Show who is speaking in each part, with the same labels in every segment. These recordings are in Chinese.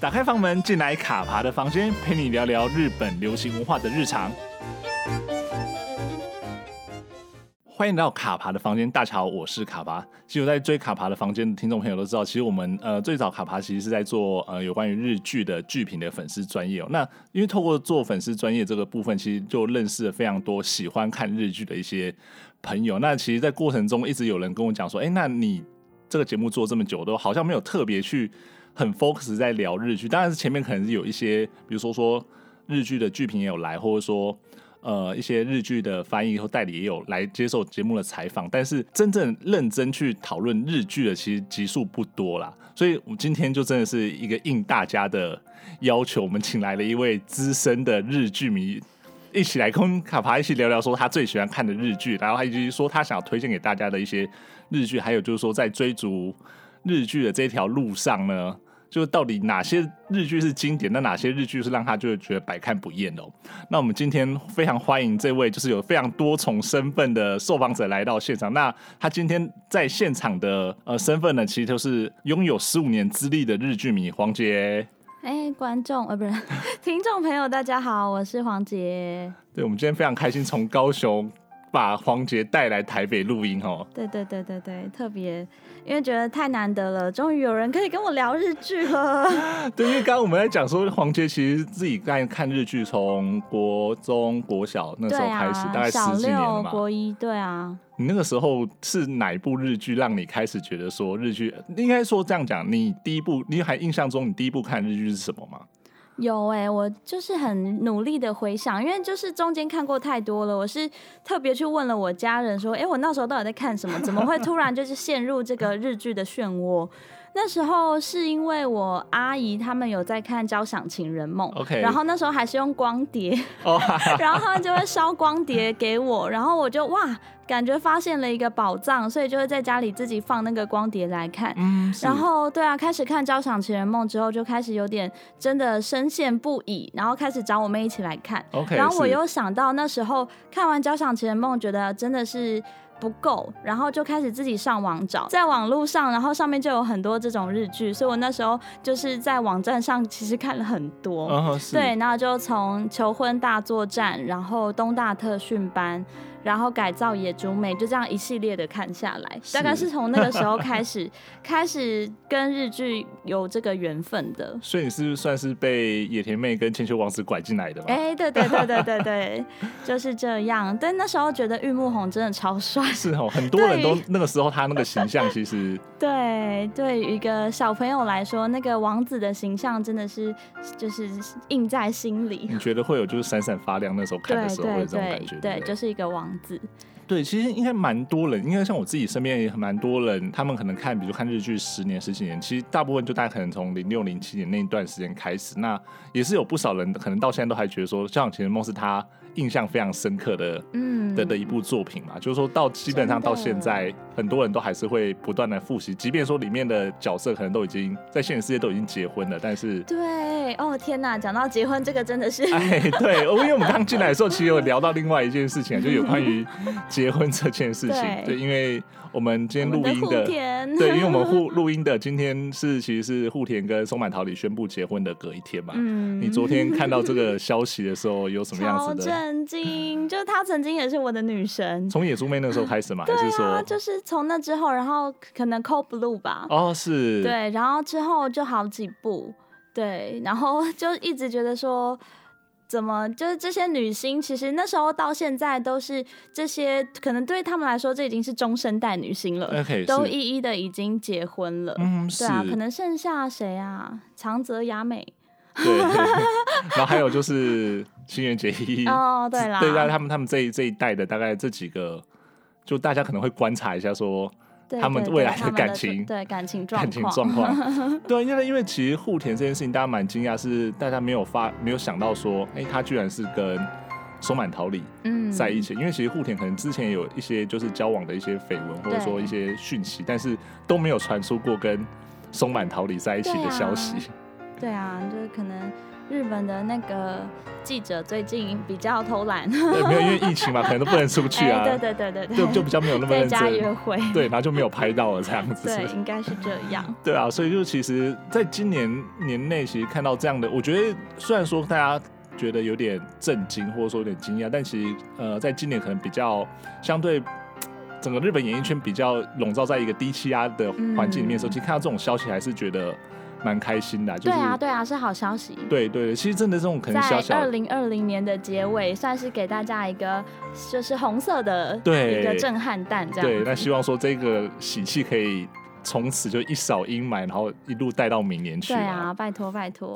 Speaker 1: 打开房门，进来卡爬的房间，陪你聊聊日本流行文化的日常。欢迎来到卡爬的房间，大家好，我是卡爬。其实有在追卡爬的房间的听众朋友都知道，其实我们呃最早卡爬其实是在做呃有关于日剧的剧评的粉丝专业、哦。那因为透过做粉丝专业这个部分，其实就认识了非常多喜欢看日剧的一些朋友。那其实，在过程中一直有人跟我讲说，哎，那你这个节目做这么久，都好像没有特别去很 focus 在聊日剧。当然是前面可能是有一些，比如说说日剧的剧评也有来，或者说呃一些日剧的翻译或代理也有来接受节目的采访，但是真正认真去讨论日剧的，其实集数不多啦。所以我们今天就真的是一个应大家的要求，我们请来了一位资深的日剧迷。一起来跟卡帕一起聊聊，说他最喜欢看的日剧，然后他以及说他想推荐给大家的一些日剧，还有就是说在追逐日剧的这条路上呢，就到底哪些日剧是经典，那哪些日剧是让他就觉得百看不厌的哦。那我们今天非常欢迎这位就是有非常多重身份的受访者来到现场。那他今天在现场的呃身份呢，其实就是拥有十五年资历的日剧迷黄杰。
Speaker 2: 哎，观众呃，不是 听众朋友，大家好，我是黄杰。
Speaker 1: 对，我们今天非常开心，从高雄把黄杰带来台北录音哦。
Speaker 2: 对对对对对，特别因为觉得太难得了，终于有人可以跟我聊日剧了。
Speaker 1: 对，因为刚刚我们在讲说，黄杰其实自己在看日剧，从国中、国小 那时
Speaker 2: 对
Speaker 1: 候开
Speaker 2: 啊
Speaker 1: 始，，大概
Speaker 2: 小
Speaker 1: 十几年了
Speaker 2: 六
Speaker 1: 嘛。
Speaker 2: 国一，对啊，
Speaker 1: 你那个时候是哪一部日剧让你开始觉得说日剧？应该说这样讲，你第一部，你还印象中你第一部看日剧是什么吗？
Speaker 2: 有哎、我就是很努力的回想，因为就是中间看过太多了，我是特别去问了我家人说，哎、我那时候到底在看什么？怎么会突然就是陷入这个日剧的漩涡？那时候是因为我阿姨他们有在看《交响情人梦》
Speaker 1: OK
Speaker 2: 然后那时候还是用光碟，
Speaker 1: 哦，
Speaker 2: 然后他们就会烧光碟给我，然后我就哇，感觉发现了一个宝藏，所以就会在家里自己放那个光碟来看。
Speaker 1: 嗯，是
Speaker 2: 然后对啊，开始看《交响情人梦》之后，就开始有点真的深陷不已，然后开始找我妹一起来看。
Speaker 1: OK，
Speaker 2: 然后我
Speaker 1: 是
Speaker 2: 又想到那时候看完《交响情人梦》，觉得真的是不够，然后就开始自己上网找，在网络上，然后上面就有很多这种日剧，所以我那时候就是在网站上其实看了很多。
Speaker 1: 嗯哼是
Speaker 2: 对，然后就从求婚大作战，然后东大特训班，然后改造野猪妹，就这样一系列的看下来，大概
Speaker 1: 是
Speaker 2: 是从那个时候开始， 开始跟日剧有这个缘分的。
Speaker 1: 所以你是算是被野田妹跟千秋王子拐进来的吗？
Speaker 2: 哎、对对对对对对，就是这样。但那时候觉得玉木宏真的超帅，
Speaker 1: 是哦，很多人都
Speaker 2: 对
Speaker 1: 那个时候他那个形象其实
Speaker 2: 对，对于一个小朋友来说，那个王子的形象真的是就是印在心里。
Speaker 1: 你觉得会有就是闪闪发亮，那时候看
Speaker 2: 对
Speaker 1: 的时候会有
Speaker 2: 对
Speaker 1: 这种感
Speaker 2: 对
Speaker 1: 觉，
Speaker 2: 对，
Speaker 1: 不
Speaker 2: 就是一个王子。
Speaker 1: 对，其实应该蛮多人，应该像我自己身边也蛮多人，他们可能看，比如看日剧十年、十几年，其实大部分就大概可能从零六、零七年那一段时间开始，那也是有不少人可能到现在都还觉得说《交响情人梦》是他印象非常深刻的。
Speaker 2: 嗯，
Speaker 1: 的的一部作品嘛，就是说到基本上到现在，很多人都还是会不断的复习，即便说里面的角色可能都已经在现实世界都已经结婚了，但是
Speaker 2: 对，哦天哪，讲到结婚这个真的 是，
Speaker 1: 哎，对，因为我们刚进来的时候，其实有聊到另外一件事情，就有关于结婚这件事情。
Speaker 2: 对
Speaker 1: 对，因为我们今天录音
Speaker 2: 我们的户 田
Speaker 1: 对，因为我们户录音的今天是其实是户田跟松坂桃李宣布结婚的隔一天嘛。
Speaker 2: 嗯，
Speaker 1: 你昨天看到这个消息的时候，有什么样
Speaker 2: 超
Speaker 1: 子的？
Speaker 2: 震惊，就她曾经也是我的女神，
Speaker 1: 从野猪妹那时候开始吗？还
Speaker 2: 对
Speaker 1: 是
Speaker 2: 啊，
Speaker 1: 说？
Speaker 2: 就是从那之后，然后可能 Cold Blue 吧，
Speaker 1: 哦，是，，
Speaker 2: 对，然后之后就好几部，对，然后 就一直觉得说。怎么就是这些女星，其实那时候到现在都是这些，可能对他们来说，这已经是中生代女星了
Speaker 1: OK，是
Speaker 2: 都一一的已经结婚了。
Speaker 1: 嗯，是，
Speaker 2: 对啊，可能剩下谁啊？长泽雅美
Speaker 1: 对。 然后还有就是新垣结衣，
Speaker 2: 哦，对啦，
Speaker 1: 对，那他们他们这一这一代的大概这几个，就大家可能会观察一下说
Speaker 2: 对
Speaker 1: 他们
Speaker 2: 对
Speaker 1: 未
Speaker 2: 对
Speaker 1: 来的
Speaker 2: 他们
Speaker 1: 感情
Speaker 2: 对感情状
Speaker 1: 感
Speaker 2: 况，
Speaker 1: 情状况。对，因为因为其实户田这件事情，大家蛮惊讶，是大家没有发没有想到说，哎、他居然是跟松满桃李
Speaker 2: 嗯，
Speaker 1: 在一起。因为其实户田可能之前有一些就是交往的一些绯闻，或者说一些讯息，但是都没有传出过跟松满桃李在一起
Speaker 2: 对
Speaker 1: 的
Speaker 2: 啊
Speaker 1: 消息。
Speaker 2: 对啊，就是可能日本的那个记者最近比较偷懒，
Speaker 1: 对，没有因为疫情嘛，可能都不能出去啊，
Speaker 2: 哎对对 对对
Speaker 1: 就
Speaker 2: 对，
Speaker 1: 就比较没有那么
Speaker 2: 在
Speaker 1: 认
Speaker 2: 家约
Speaker 1: 真，
Speaker 2: 会，
Speaker 1: 对，然后就没有拍到了这样子，
Speaker 2: 对，应该是这样。
Speaker 1: 对啊，所以就其实在今年年内，其实看到这样的，我觉得虽然说大家觉得有点震惊或者说有点惊讶，但其实呃，在今年可能比较相对嘖整个日本演艺圈比较笼罩在一个低气压的环境里面的时候，
Speaker 2: 嗯
Speaker 1: 其实看到这种消息还是觉得蛮开心的啊、就是
Speaker 2: 对啊，对啊，是好消息。
Speaker 1: 对对对，其实真的这种可能小
Speaker 2: 在
Speaker 1: 小
Speaker 2: 二
Speaker 1: 的
Speaker 2: 零二零年的结尾，算是给大家一个就是红色的
Speaker 1: 对
Speaker 2: 一个震撼弹，这样
Speaker 1: 对，那
Speaker 2: 子
Speaker 1: 希望说这个喜气可以从此就一扫阴霾，然后一路带到明年去、
Speaker 2: 对啊，拜托拜托，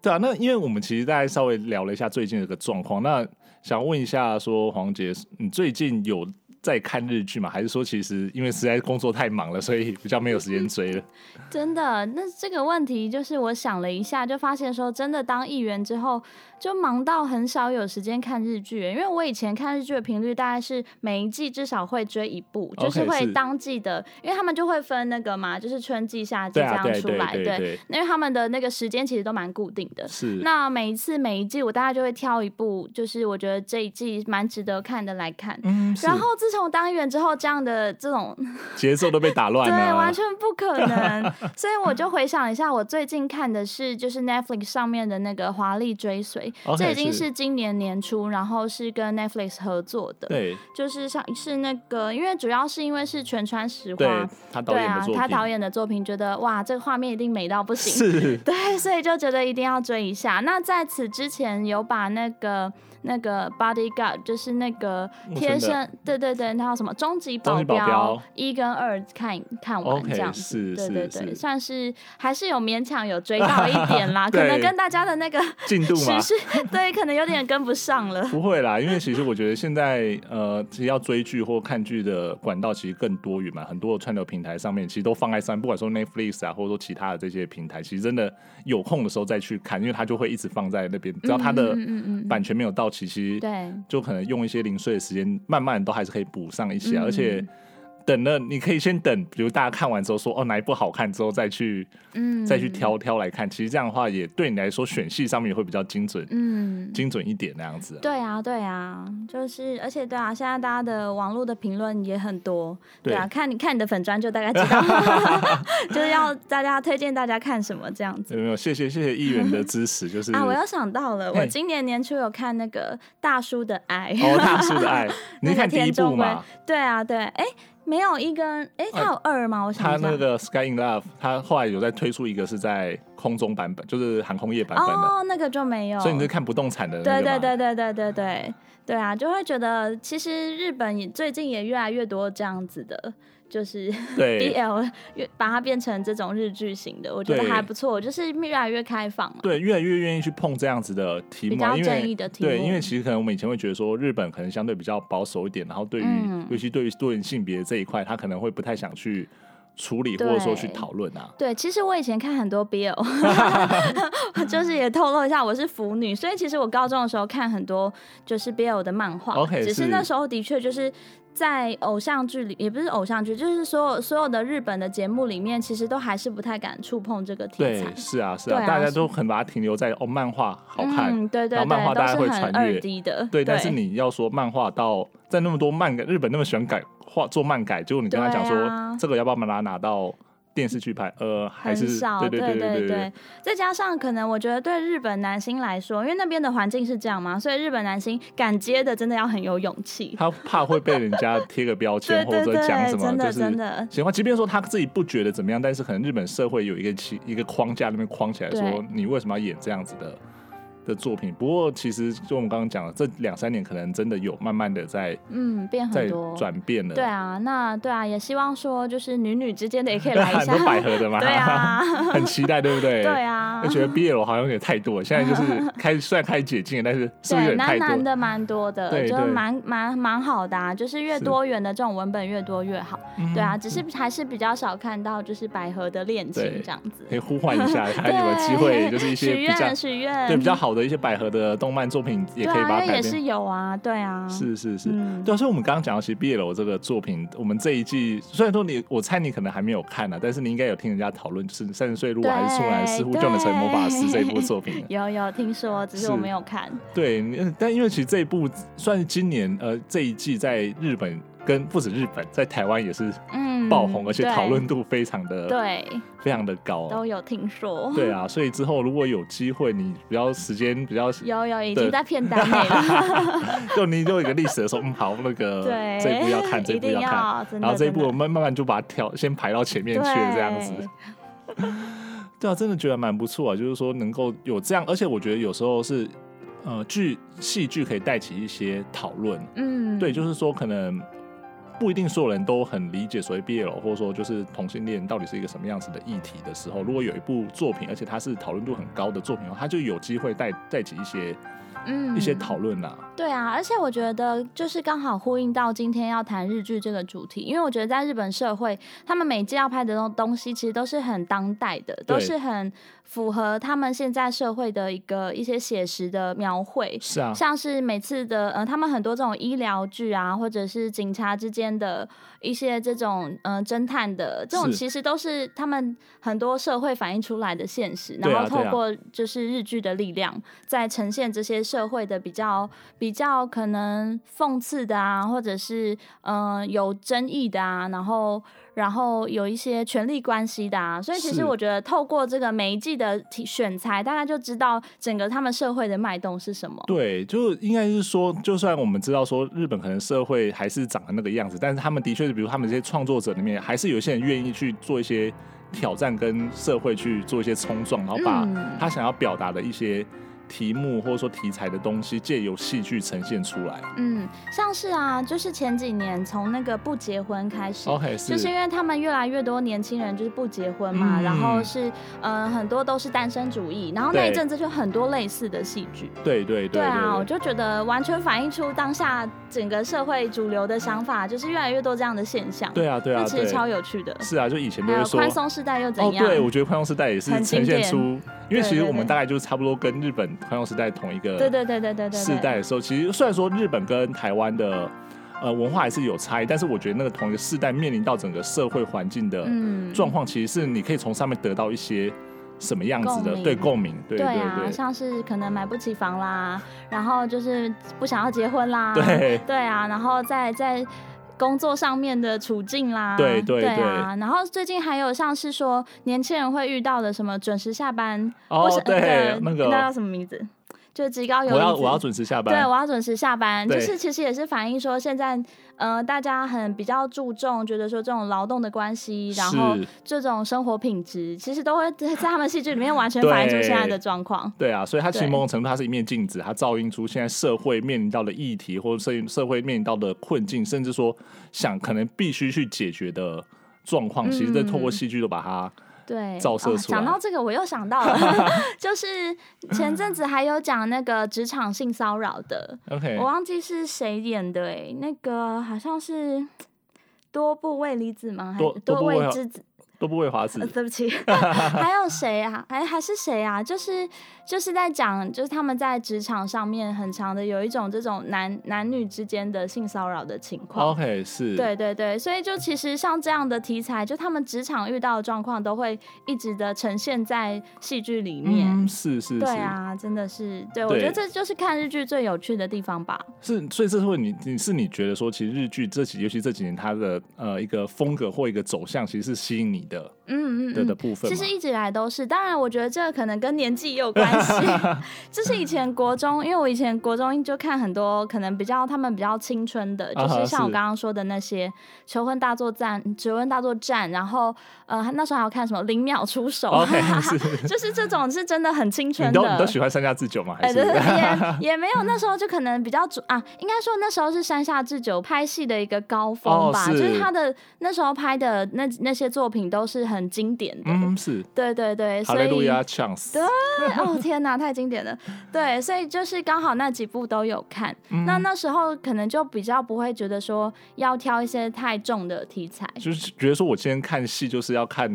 Speaker 1: 对啊，那因为我们其实大概稍微聊了一下最近的一个状况，那想问一下说黄杰，你最近有在看日剧吗？还是说其实因为实在工作太忙了，所以比较没有时间追了？
Speaker 2: 嗯真的。那这个问题就是我想了一下，就发现说，真的当议员之后，就忙到很少有时间看日剧，因为我以前看日剧的频率大概是每一季至少会追一部，
Speaker 1: OK，
Speaker 2: 就是会
Speaker 1: 是
Speaker 2: 当季的，因为他们就会分那个嘛，就是春季、夏季
Speaker 1: 对
Speaker 2: 这
Speaker 1: 啊，
Speaker 2: 样
Speaker 1: 对
Speaker 2: 出
Speaker 1: 对
Speaker 2: 来，
Speaker 1: 对对，
Speaker 2: 因为他们的那个时间其实都蛮固定的，
Speaker 1: 是。
Speaker 2: 那每一次每一季，我大概就会挑一部，就是我觉得这一季蛮值得看的来看。
Speaker 1: 嗯，是
Speaker 2: 然后自从当议员之后，这样的这种
Speaker 1: 节奏都被打乱
Speaker 2: 对
Speaker 1: 了、
Speaker 2: 完全不可 能，所以我就回想一下，我最近看的是就是 Netflix 上面的那个《华丽追随》
Speaker 1: OK，
Speaker 2: 这已经
Speaker 1: 哦是
Speaker 2: 是今年年初，然后是跟 Netflix 合作的，
Speaker 1: 对
Speaker 2: 就是像是那个，因为主要是因为是全川石
Speaker 1: 对
Speaker 2: 花，，
Speaker 1: 他导
Speaker 2: 对
Speaker 1: 演的
Speaker 2: 啊
Speaker 1: 作，品，
Speaker 2: 他导演的作品，觉得哇，这个画面一定美到不行，
Speaker 1: 是
Speaker 2: 对，所以就觉得一定要追一下。那在此之前有把那个那个 bodyguard，就是那个
Speaker 1: 陌
Speaker 2: 贴
Speaker 1: 生的
Speaker 2: 身，对对对，那有什么终极
Speaker 1: 终
Speaker 2: 保
Speaker 1: 极保镖
Speaker 2: 镖一跟二看看完
Speaker 1: OK，
Speaker 2: 这样子
Speaker 1: 是是
Speaker 2: 对对
Speaker 1: 是
Speaker 2: 对，算是还是有勉强有追到一 点啦，可能
Speaker 1: 对
Speaker 2: 跟大家的那个
Speaker 1: 进度嘛
Speaker 2: 时，事对，可能有点跟不上 了。
Speaker 1: 不会啦，因为其实我觉得现在呃，其实要追剧或看剧的管道其实更多元嘛，很多的串流平台上面其实都放在上面，不管说 Netflix 啊，或者说其他的这些平台，其实真的有空的时候再去看，因为它就会一直放在那边，只要它的
Speaker 2: 嗯嗯嗯嗯
Speaker 1: 版权没有到期，其实
Speaker 2: 对，
Speaker 1: 就可能用一些零碎的时间，慢慢都还是可以补上一些、啊，
Speaker 2: 嗯
Speaker 1: 而且。等了，你可以先等，比如大家看完之后说哦哪一部好看之后再去
Speaker 2: 嗯，
Speaker 1: 再去，挑挑来看，其实这样的话也对你来说选戏上面也会比较精准
Speaker 2: 嗯。
Speaker 1: 精准一点那样子啊、
Speaker 2: 对啊，对啊，就是，而且对啊，现在大家的网络的评论也很多，对啊，看你看你的粉砖就大概知 道， 就是要大家推荐大家看什么这样子。
Speaker 1: 有没有？谢谢谢谢议员的支持，就是
Speaker 2: 啊，我 又想到了，我
Speaker 1: 嘿
Speaker 2: 今年年初有看那个大叔的爱，
Speaker 1: 哦大叔的 爱，你
Speaker 2: 那
Speaker 1: 是
Speaker 2: 个
Speaker 1: 看第一
Speaker 2: 田
Speaker 1: 部
Speaker 2: 中圭
Speaker 1: 嘛？，
Speaker 2: 对啊，对，哎，没有一跟，哎，他有二吗？我想
Speaker 1: 他
Speaker 2: 一下
Speaker 1: 那，个《Sky in Love》，他后来有在推出一个是在空中版本，就是航空业版本的，
Speaker 2: 哦，那个就没有，
Speaker 1: 所以你是看不动产的那
Speaker 2: 对
Speaker 1: 个
Speaker 2: 对
Speaker 1: 嘛
Speaker 2: 对对对对对对啊，就会觉得其实日本也最近也越来越多这样子的，就是。
Speaker 1: 对
Speaker 2: BL 越把它变成这种日剧型的，我觉得
Speaker 1: 对
Speaker 2: 还不错，就是越来越开放嘛。
Speaker 1: 对，越来越愿意去碰这样子的题
Speaker 2: 比
Speaker 1: 目啊，
Speaker 2: 较
Speaker 1: 因
Speaker 2: 正义
Speaker 1: 为
Speaker 2: 的题目，
Speaker 1: 对，因为其实可能我们以前会觉得说日本可能相对比较保守一点，然后对于、
Speaker 2: 嗯
Speaker 1: 尤其对于多元性别这一块，他可能会不太想去处理或者说去
Speaker 2: 对
Speaker 1: 讨论啊。
Speaker 2: 对，其实我以前看很多 BL，就 是 也透露一下，我是腐女，所以其实我高中的时候看很多就是 BL 的漫画
Speaker 1: OK，
Speaker 2: 只是
Speaker 1: 是
Speaker 2: 那时候的确就是在偶像剧里，也不是偶像剧，就是所有所有的日本的节目里面，其实都还是不太敢触碰这个题
Speaker 1: 对
Speaker 2: 材，。
Speaker 1: 是啊，是啊，
Speaker 2: 对啊
Speaker 1: 大家都很把它停留在哦，漫画好看，
Speaker 2: 嗯，对对
Speaker 1: 然后漫画
Speaker 2: 对，
Speaker 1: 大
Speaker 2: 都
Speaker 1: 家会
Speaker 2: 是
Speaker 1: 穿
Speaker 2: 很
Speaker 1: 越
Speaker 2: 二 D 的，
Speaker 1: 对，但是你要说漫画到在那么多漫改，日本那么喜欢改画做漫改，结果你跟他讲说、
Speaker 2: 对啊
Speaker 1: 这个要不要把它拿到电视剧拍？呃，还
Speaker 2: 很
Speaker 1: 是
Speaker 2: 少，
Speaker 1: 对对
Speaker 2: 对
Speaker 1: 对对
Speaker 2: 对，再加上可能我觉得对日本男星来说，因为那边的环境是这样嘛，所以日本男星敢接的真的要很有勇气。
Speaker 1: 他怕会被人家贴个标
Speaker 2: 对
Speaker 1: 签或
Speaker 2: 对
Speaker 1: 者讲什
Speaker 2: 对，
Speaker 1: 么，
Speaker 2: 真的
Speaker 1: 就是
Speaker 2: 真的，
Speaker 1: 行话，即便说他自己不觉得怎么样，但是可能日本社会有一个起一个框架那边框起来说
Speaker 2: 对
Speaker 1: 你为什么要演这样子的的作品。不过其实就我们刚刚讲的，这两三年可能真的有慢慢的在
Speaker 2: 嗯，变
Speaker 1: 在
Speaker 2: 很多。
Speaker 1: 转变了，
Speaker 2: 对啊，那对啊，也希望说就是女女之间的也可以来 一
Speaker 1: 很
Speaker 2: 下
Speaker 1: 多。哎百合的嘛，
Speaker 2: 对啊，
Speaker 1: 很期待，对不对？
Speaker 2: 对 啊
Speaker 1: 就，觉得 BL 好像有点太多了，现在 就是开虽然开始解禁了，但是是不是有
Speaker 2: 对，
Speaker 1: 点太
Speaker 2: 男男
Speaker 1: 多？
Speaker 2: 的蛮多的，
Speaker 1: 对
Speaker 2: 就
Speaker 1: 对
Speaker 2: 蛮蛮蛮好的啊，就是越
Speaker 1: 是
Speaker 2: 多元的这种文本越多越好。
Speaker 1: 嗯
Speaker 2: 对啊，，只是还是比较少看到就是百合的恋情
Speaker 1: 对
Speaker 2: 这样子。
Speaker 1: 可以呼唤一下，看有没有
Speaker 2: 对
Speaker 1: 机会，就是一些
Speaker 2: 许
Speaker 1: 比较
Speaker 2: 愿许愿，
Speaker 1: 对比较好的一些百合的动漫作品也
Speaker 2: 对
Speaker 1: 可以把
Speaker 2: 啊，
Speaker 1: 它
Speaker 2: 因为
Speaker 1: 改编
Speaker 2: 也是。有啊，对啊，
Speaker 1: 是是是，
Speaker 2: 嗯，
Speaker 1: 对啊，所以我们刚刚讲到，其实 BL 这个作品，我们这一季虽然说你，我猜你可能还没有看呢、啊但是你应该有听人家讨论，就是三十岁如果还是处男，
Speaker 2: 对
Speaker 1: 似乎就能成魔法师这一部作品了。
Speaker 2: 有有听说，只是
Speaker 1: 是
Speaker 2: 我没有看。
Speaker 1: 对，你但因为其实这一部算是今年呃这一季在日本跟不止日本，在台湾也是
Speaker 2: 嗯，
Speaker 1: 爆红，而且
Speaker 2: 对
Speaker 1: 讨论度非常的
Speaker 2: 对
Speaker 1: 非常的高。
Speaker 2: 都有听说。
Speaker 1: 对啊，所以之后如果有机会，你比较时间比 较，
Speaker 2: 有有已
Speaker 1: 对
Speaker 2: 经在片单内 了，
Speaker 1: 就你就有一个历史的时候，嗯，好，那个
Speaker 2: 对，
Speaker 1: 这一部要看，这一
Speaker 2: 一
Speaker 1: 部
Speaker 2: 定
Speaker 1: 看，
Speaker 2: 要，真的
Speaker 1: 然后这一
Speaker 2: 真
Speaker 1: 部
Speaker 2: 的
Speaker 1: 我们慢慢就把它挑先排到前面去，这样子。
Speaker 2: 对
Speaker 1: 对啊，真的觉得蛮不错啊，就是说能够有这样，而且我觉得有时候是，呃，剧戏剧可以带起一些讨论，
Speaker 2: 嗯，
Speaker 1: 对，就是说可能不一定所有人都很理解所谓 BL，或者说就是同性恋到底是一个什么样子的议题的时候，如果有一部作品，而且它是讨论度很高的作品的话，它就有机会带带起一些
Speaker 2: 嗯
Speaker 1: 一些讨论啦。
Speaker 2: 对啊，而且我觉得就是刚好呼应到今天要谈日剧这个主题，因为我觉得在日本社会，他们每季要拍的东东西其实都是很当代的，都是很符合他们现在社会的一个一些写实的描绘。
Speaker 1: 是啊，
Speaker 2: 像是每次的呃，他们很多这种医疗剧啊，或者是警察之间的一些这种呃侦探的这种，
Speaker 1: 是
Speaker 2: 其实都是他们很多社会反映出来的现实，
Speaker 1: 对
Speaker 2: 然
Speaker 1: 啊
Speaker 2: 后透
Speaker 1: 对啊
Speaker 2: 过就是日剧的力量，在呈现这些社会的比较比较可能讽刺的啊，或者是嗯、呃有争议的啊，然后。然后有一些权力关系的啊，所以其
Speaker 1: 是
Speaker 2: 实我觉得透过这个每一季的题选材，大家就知道整个他们社会的脉动是什么。
Speaker 1: 对，就应该是说，就算我们知道说日本可能社会还是长得那个样子，但是他们的确是，比如他们这些创作者里面，还是有一些人愿意去做一些挑战，跟社会去做一些冲撞，然后把
Speaker 2: 嗯
Speaker 1: 他想要表达的一些题目或者说题材的东西，借由戏剧呈现出来。
Speaker 2: 嗯，像是啊，就是前几年从那个不结婚开始。
Speaker 1: OK，
Speaker 2: 就是因为他们越来越多年轻人就是不结婚嘛，
Speaker 1: 嗯
Speaker 2: 然后是嗯、呃很多都是单身主义，然后那
Speaker 1: 对
Speaker 2: 一阵子就很多类似的戏剧。
Speaker 1: 对对对对
Speaker 2: 啊，我
Speaker 1: 对，
Speaker 2: 就觉得完全反映出当下整个社会主流的想法，就是越来越多这样的现象。
Speaker 1: 对啊对啊
Speaker 2: 那其实
Speaker 1: 对
Speaker 2: 超有趣的。
Speaker 1: 是啊，就以前都
Speaker 2: 还
Speaker 1: 会
Speaker 2: 有
Speaker 1: 说
Speaker 2: 宽。松世代又怎
Speaker 1: 哦，
Speaker 2: 样？
Speaker 1: 对，我觉得宽容时代也是
Speaker 2: 很
Speaker 1: 呈
Speaker 2: 经
Speaker 1: 现
Speaker 2: 典
Speaker 1: 出，因为其实
Speaker 2: 对对
Speaker 1: 我们
Speaker 2: 对
Speaker 1: 大概就是差不多跟日本宽容时代同一个
Speaker 2: 对对对对对对对
Speaker 1: 世代的时候，其实虽然说日本跟台湾的呃文化还是有差异，但是我觉得那个同一个世代面临到整个社会环境的
Speaker 2: 嗯
Speaker 1: 状况，其实是你可以从上面得到一些什么样子的
Speaker 2: 共鸣
Speaker 1: 对共鸣，对对
Speaker 2: 啊，像是可能买不起房啦，然后就是不想要结婚啦，
Speaker 1: 对
Speaker 2: 啊，然后在在工作上面的处境啦，
Speaker 1: 对对
Speaker 2: 啊，然后最近还有像是说年轻人会遇到的什么准时下班，或
Speaker 1: 哦
Speaker 2: 是
Speaker 1: 对
Speaker 2: 呃
Speaker 1: 那
Speaker 2: 那叫
Speaker 1: 个
Speaker 2: 什么名字？就职高有
Speaker 1: 我要
Speaker 2: 椅子
Speaker 1: 我要准时下
Speaker 2: 对，
Speaker 1: 班，
Speaker 2: 我要准时下班，就
Speaker 1: 对
Speaker 2: 是其实也是反映说现在，呃，大家很比较注重，觉得说这种劳动的关系，然后
Speaker 1: 是
Speaker 2: 这种生活品质，其实都会在在他们戏剧里面完全反映出现在的状况。
Speaker 1: 对啊，所以它其实
Speaker 2: 对
Speaker 1: 某种程度它是一面镜子，它照映出现在社会面临到的议题，或者社社会面临到的困境，甚至说想可能必须去解决的状况，其实都透过
Speaker 2: 嗯
Speaker 1: 戏剧都把它
Speaker 2: 对，
Speaker 1: 照射
Speaker 2: 哦
Speaker 1: 出来
Speaker 2: 讲、到这个，我又想 到了，就是前阵子还有讲那个职场性骚扰的，
Speaker 1: OK
Speaker 2: 我忘记是谁演的哎、那个好像是多部未离子吗？还
Speaker 1: 多多
Speaker 2: 多
Speaker 1: 部未
Speaker 2: 未
Speaker 1: 好嗯
Speaker 2: 之子？
Speaker 1: 都不会滑子
Speaker 2: 呃、。对 不起，还有谁啊？还还是谁啊？就是就是在讲，就是他们在职场上面很长的有一种这种男男女之间的性骚扰的情况。
Speaker 1: OK，是，
Speaker 2: 对对对，所以就其实像这样的题材，就他们职场遇到的状况都会一直的呈现在戏剧里面。
Speaker 1: 嗯，是是是，
Speaker 2: 对啊，真的是，对我
Speaker 1: 对
Speaker 2: 觉得这就是看日剧最有趣的地方吧。
Speaker 1: 是，所以这是会你你是你觉得说，其实日剧这几，尤其这几年它的呃一个风格或一个走向，其实是吸引你的
Speaker 2: 嗯嗯
Speaker 1: 的
Speaker 2: 嗯
Speaker 1: 的。部分
Speaker 2: 其
Speaker 1: 嘛。
Speaker 2: 实一直以来都是，当然我觉得这可能跟年纪 也有关系。 就是以前国中，因为我以前国中就看很多可能比较他们比较青春的，
Speaker 1: 啊
Speaker 2: 就
Speaker 1: 哈
Speaker 2: 是像我
Speaker 1: 是
Speaker 2: 刚刚说的那些《求婚大作战》《求婚大作战》，然后呃那时候还有看什么《零秒出手》
Speaker 1: OK，是
Speaker 2: 就是这种是真的很青春
Speaker 1: 你
Speaker 2: 的。
Speaker 1: 都你都喜欢三家智久吗？还
Speaker 2: 哎，
Speaker 1: 是
Speaker 2: 对对，对 也也没有，那时候就可能比较主啊，应该说那时候是山下智久拍戏的一个高峰
Speaker 1: 哦
Speaker 2: 吧，
Speaker 1: 是
Speaker 2: 就是他的那时候拍的那那些作品都是很经典的，
Speaker 1: 嗯是。
Speaker 2: 对对对，
Speaker 1: 哈
Speaker 2: 所
Speaker 1: 利
Speaker 2: 以
Speaker 1: 路亚 chance，
Speaker 2: 对 哦天哪，太经典了，对，所以就是刚好那几部都有看，
Speaker 1: 嗯
Speaker 2: 那那时候可能就比较不会觉得说要挑一些太重的题材，
Speaker 1: 就是觉得说我今天看戏就是要看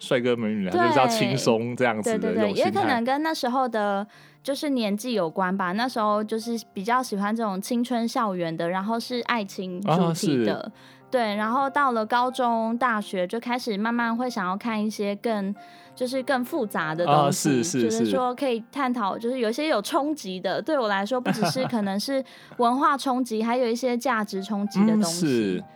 Speaker 1: 帅哥美女，他就是要轻松这样子
Speaker 2: 对
Speaker 1: 的
Speaker 2: 对
Speaker 1: 一种
Speaker 2: 对，
Speaker 1: 心
Speaker 2: 也可
Speaker 1: 态嗯
Speaker 2: 能跟那时候的就是年纪有关吧。那时候就是比较喜欢这种青春校园的，然后是爱情主
Speaker 1: 啊
Speaker 2: 题
Speaker 1: 是
Speaker 2: 的。对，然后到了高中、大学就开始慢慢会想要看一些更就是更复杂的
Speaker 1: 啊
Speaker 2: 东西，
Speaker 1: 是是
Speaker 2: 就是
Speaker 1: 是
Speaker 2: 说可以探讨，就是有一些有冲击的。对我来说，不只 是可能是文化冲击，还有一些价值冲击的东
Speaker 1: 嗯，
Speaker 2: 西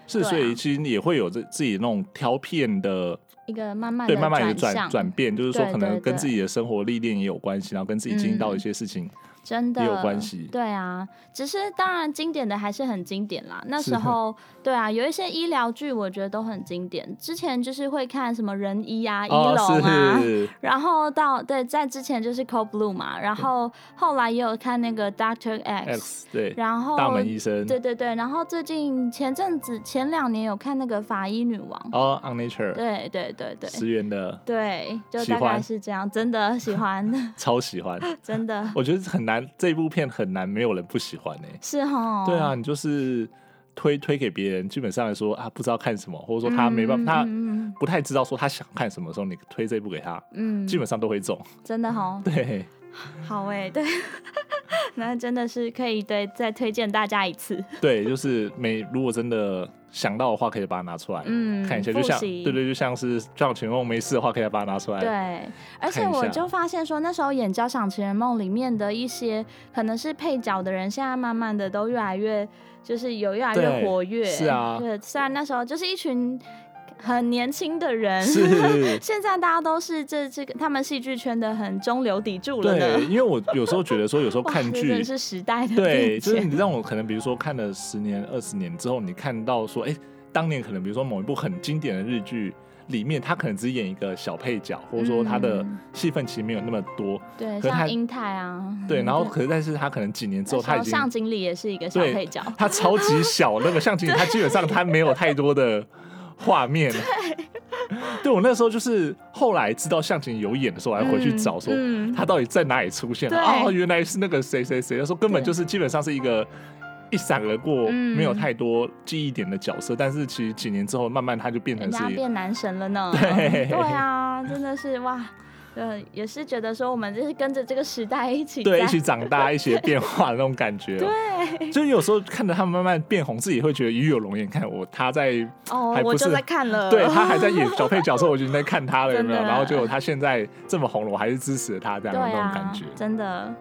Speaker 1: 是。是，
Speaker 2: 对啊
Speaker 1: 所以其实也会有这自己那种挑片的，
Speaker 2: 一个慢慢的
Speaker 1: 对，慢慢有
Speaker 2: 转
Speaker 1: 转
Speaker 2: 向
Speaker 1: 转变，就是说
Speaker 2: 对
Speaker 1: 可
Speaker 2: 对
Speaker 1: 能跟
Speaker 2: 对嗯啊
Speaker 1: 自己的生活历练也有关系，然后跟自己经历到一些事情，
Speaker 2: 真的
Speaker 1: 也有关系
Speaker 2: 对啊，只是当然经典的还是很经典啦。那
Speaker 1: 是
Speaker 2: 时候对啊，有一些医疗剧我觉得都很经典。之前就是会看什么仁医啊、医
Speaker 1: 哦，
Speaker 2: 龙啊，
Speaker 1: 是
Speaker 2: 然后到对，在之前就是 Cold Blue 嘛，然后后来也有看那个 Doctor X，
Speaker 1: X 对，
Speaker 2: 然后
Speaker 1: 大门医生
Speaker 2: 对对对，然后最近前阵子前两年有看那个法医女王，
Speaker 1: 哦，On Nature
Speaker 2: 对对对对
Speaker 1: 石原的
Speaker 2: 对，就
Speaker 1: 喜
Speaker 2: 大概
Speaker 1: 欢
Speaker 2: 是这样，真的喜欢，
Speaker 1: 超喜欢，
Speaker 2: 真的
Speaker 1: 我觉得很难，这部片很难没有人不喜欢呢、
Speaker 2: 是哦，
Speaker 1: 对啊，你就是推推给别人，基本上来说啊，不知道看什么，或者说他没办法，他
Speaker 2: 嗯
Speaker 1: 不太知道说他想看什么的时候，你推这部给他，
Speaker 2: 嗯，嗯
Speaker 1: 基本上都会中。
Speaker 2: 真的哦，
Speaker 1: 对，
Speaker 2: 好哎、对， 那真的是可以对再推荐大家一次，
Speaker 1: 对，就是每如果真的想到的话，可以把它拿出来、
Speaker 2: 嗯，
Speaker 1: 看一下，
Speaker 2: 复
Speaker 1: 就像
Speaker 2: 习
Speaker 1: 对对，就像是像前梦没事的话，可以把它拿出来。
Speaker 2: 对， 而且
Speaker 1: 看一
Speaker 2: 我
Speaker 1: 下
Speaker 2: 就发现说，那时候演《交响情人梦》里面的一些可能是配角的人，现在慢慢的都越来越就是有越来越
Speaker 1: 对
Speaker 2: 活跃，
Speaker 1: 是啊
Speaker 2: 对，虽然那时候就是一群很年轻的人，。
Speaker 1: 是
Speaker 2: 现在大家都是这这个他们戏剧圈的很中流砥柱了
Speaker 1: 对，
Speaker 2: 呢。
Speaker 1: 因为我有时候觉得说，有时候
Speaker 2: 哇
Speaker 1: 看
Speaker 2: 这真
Speaker 1: 剧
Speaker 2: 的，是时代的
Speaker 1: 对，
Speaker 2: 变
Speaker 1: 就是
Speaker 2: 迁，
Speaker 1: 你让我可能比如说看了十年、二十年之后，你看到说，哎、当年可能比如说某一部很经典的日剧里面，他可能只演一个小配角，或者说他的
Speaker 2: 嗯
Speaker 1: 戏份其实没有那么多，
Speaker 2: 对，
Speaker 1: 可是
Speaker 2: 像
Speaker 1: 他
Speaker 2: 英泰啊，
Speaker 1: 对，然后可是但是他可能几年之后他
Speaker 2: 那
Speaker 1: 已
Speaker 2: 时候
Speaker 1: 经
Speaker 2: 向经理也是一个小
Speaker 1: 对
Speaker 2: 配角，
Speaker 1: 他超级小，那个相机他基本上他没有太多的画面。对，我那时候就是后来知道向井有演的时候，我还回去找说
Speaker 2: 嗯嗯
Speaker 1: 他到底在哪里出现了。
Speaker 2: 对
Speaker 1: 哦，原来是那个谁谁谁。他说根本
Speaker 2: 对
Speaker 1: 就是基本上是一个一闪而过，
Speaker 2: 嗯
Speaker 1: 没有太多记忆点的角色。但是其实几年之后，慢慢他就变
Speaker 2: 嗯人
Speaker 1: 成
Speaker 2: 家
Speaker 1: 是一个
Speaker 2: 变男神了呢。
Speaker 1: 对
Speaker 2: 对啊，真的是哇，呃，也是觉得说我们就是跟着这个时代一起
Speaker 1: 对
Speaker 2: 在
Speaker 1: 一起长大、一起变化的那种感觉。
Speaker 2: 对
Speaker 1: 就是有时候看着他们慢慢变红，自己会觉得鱼有龙眼。看我他在
Speaker 2: 哦
Speaker 1: 还，
Speaker 2: 我
Speaker 1: 不
Speaker 2: 就是在看了，
Speaker 1: 对他还在演小配角的时候，我就已经在看他了，有没有？
Speaker 2: 真的啊
Speaker 1: 然后结果他现在这么红了，我还是支持他这样
Speaker 2: 对
Speaker 1: 的那种
Speaker 2: 啊
Speaker 1: 感觉。，
Speaker 2: 真的，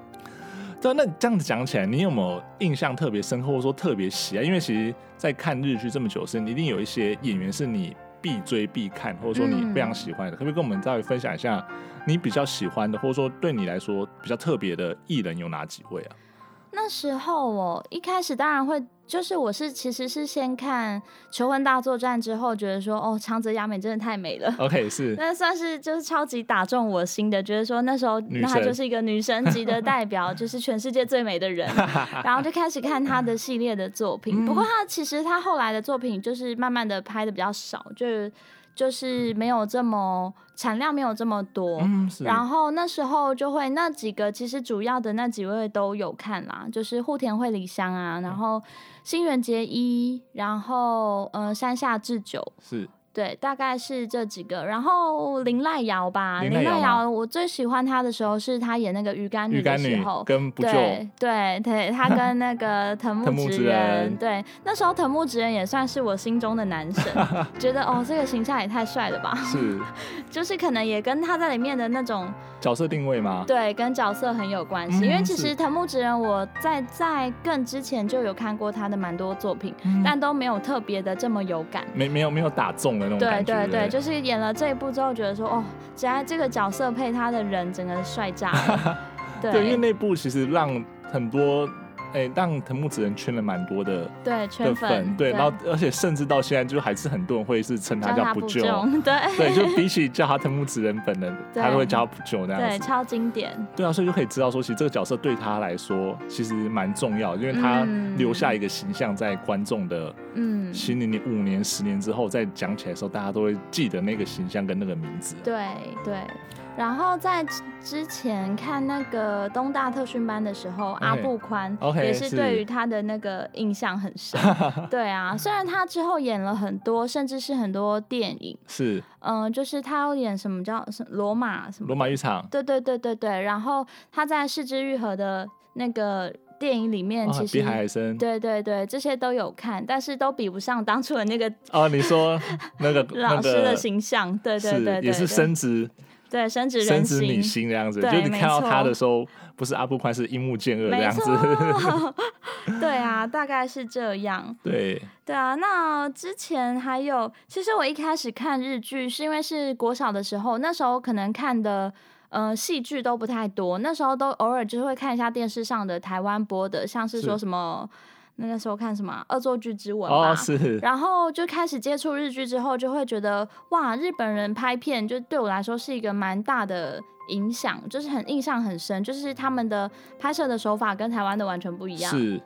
Speaker 1: 对，啊那这样子讲起来，你有没有印象特别深刻，或者说特别喜爱？因为其实，在看日剧这么久的时间，你一定有一些演员是你必追必看，或者说你
Speaker 2: 嗯
Speaker 1: 非常喜欢的。可不可以跟我们稍微分享一下你比较喜欢的，或者说对你来说比较特别的艺人有哪几位啊？
Speaker 2: 那时候我一开始当然会，就是我是其实是先看《求婚大作战》之后，觉得说哦，长泽雅美真的太美了。
Speaker 1: OK，是
Speaker 2: 那算是就是超级打中我心的，觉得说那时候
Speaker 1: 女
Speaker 2: 那她
Speaker 1: 神
Speaker 2: 就是一个女神级的代表，就是全世界最美的 人，然后就开始看她的系列的作品。不过
Speaker 1: 嗯
Speaker 2: 她其实她后来的作品就是慢慢的拍的比较少，就是就是没有这么产量没有这么多。
Speaker 1: 嗯是，
Speaker 2: 然后那时候就会那几个，其实主要的那几位都有看啦，就是户田惠梨香啊，
Speaker 1: 嗯
Speaker 2: 然后新垣结衣，然后呃山下智久，
Speaker 1: 是
Speaker 2: 对，大概是这几个。然后林濑瑶吧，
Speaker 1: 林
Speaker 2: 林
Speaker 1: 濑遥
Speaker 2: 濑
Speaker 1: 吗
Speaker 2: 瑶，我最喜欢她的时候是她演那个鱼竿
Speaker 1: 鱼
Speaker 2: 女
Speaker 1: 干
Speaker 2: 的时
Speaker 1: 女
Speaker 2: 候。
Speaker 1: 跟不救
Speaker 2: 对对对， 她跟那个藤木
Speaker 1: 藤木
Speaker 2: 直
Speaker 1: 直
Speaker 2: 人，
Speaker 1: 人
Speaker 2: 对，那时候藤木直人也算是我心中的男神， 觉得哦，这个形象也太帅了吧，
Speaker 1: 是
Speaker 2: 就是可能也跟他在里面的那种
Speaker 1: 角色定位吗？
Speaker 2: 对，跟角色很有关系，
Speaker 1: 嗯
Speaker 2: 因为其实
Speaker 1: 是
Speaker 2: 藤木直人，我在在更之前就有看过他的蛮多作品，
Speaker 1: 嗯
Speaker 2: 但都没有特别的这么有感。
Speaker 1: 没没有没有打中的那种
Speaker 2: 对
Speaker 1: 感觉。
Speaker 2: 对对，就是是演了这一部之后，觉得说哦，只要这个角色配他的人，整个帅炸 了。对
Speaker 1: 因为那部其实让很多哎、让藤木直人圈了蛮多的
Speaker 2: 对
Speaker 1: 的
Speaker 2: 圈
Speaker 1: 粉，对，然后而且甚至到现在就还是很多人会是称他
Speaker 2: 叫
Speaker 1: 叫
Speaker 2: 他
Speaker 1: 不
Speaker 2: 不
Speaker 1: 救，
Speaker 2: 中，对
Speaker 1: 对， 就比起叫他藤木直人本人，
Speaker 2: 对
Speaker 1: 他都会叫他不救那样
Speaker 2: 对，
Speaker 1: 子。
Speaker 2: 超经典。
Speaker 1: 对啊，所以就可以知道说，其实这个角色对他来说其实蛮重要，因为他
Speaker 2: 嗯
Speaker 1: 留下一个形象在观众的
Speaker 2: 嗯，
Speaker 1: 心里，你五年、十年之后再讲起来的时候，大家都会记得那个形象跟那个名字。
Speaker 2: 对对。然后在之之前看那个东大特训班的时候，阿
Speaker 1: OK
Speaker 2: 布宽
Speaker 1: OK， OK，
Speaker 2: 也是对于他的那个印象很 深。对啊，虽然他之后演了很多，甚至是很多电影，
Speaker 1: 是
Speaker 2: 嗯、就是他要演什么叫什罗马什么
Speaker 1: 罗马浴场，
Speaker 2: 对对对对对，然后他在《四肢愈合》的那个电影里面，
Speaker 1: 啊
Speaker 2: 嗯其
Speaker 1: 比
Speaker 2: 实、
Speaker 1: 海还深。
Speaker 2: 对对对，这些都有看，但是都比不上当初的那个
Speaker 1: 哦，你说那个 那
Speaker 2: 老师
Speaker 1: 个
Speaker 2: 的形象。对
Speaker 1: 是
Speaker 2: 对对对，
Speaker 1: 也是
Speaker 2: 对
Speaker 1: 深植
Speaker 2: 对深植
Speaker 1: 深
Speaker 2: 人
Speaker 1: 植你
Speaker 2: 心。
Speaker 1: 心这样子，就
Speaker 2: 对
Speaker 1: 是你看到
Speaker 2: 没错
Speaker 1: 他的时候，不是阿布宽是樱木剑二这
Speaker 2: 没
Speaker 1: 样
Speaker 2: 错
Speaker 1: 子。，
Speaker 2: 对啊，大概是这样。
Speaker 1: 对，
Speaker 2: 对啊，那之前还有，其实我一开始看日剧是因为是国小的时候，那时候可能看的呃戏剧都不太多，那时候都偶尔就是会看一下电视上的台湾播的，像是说
Speaker 1: 是
Speaker 2: 什么那个时候看什么啊《恶作剧之吻》吧。
Speaker 1: 哦，是
Speaker 2: 然后就开始接触日剧之后，就会觉得哇，日本人拍片就对我来说是一个蛮大的影响，就是很印象很深，就是他们的拍摄的手法跟台湾的完全不一样。
Speaker 1: 是，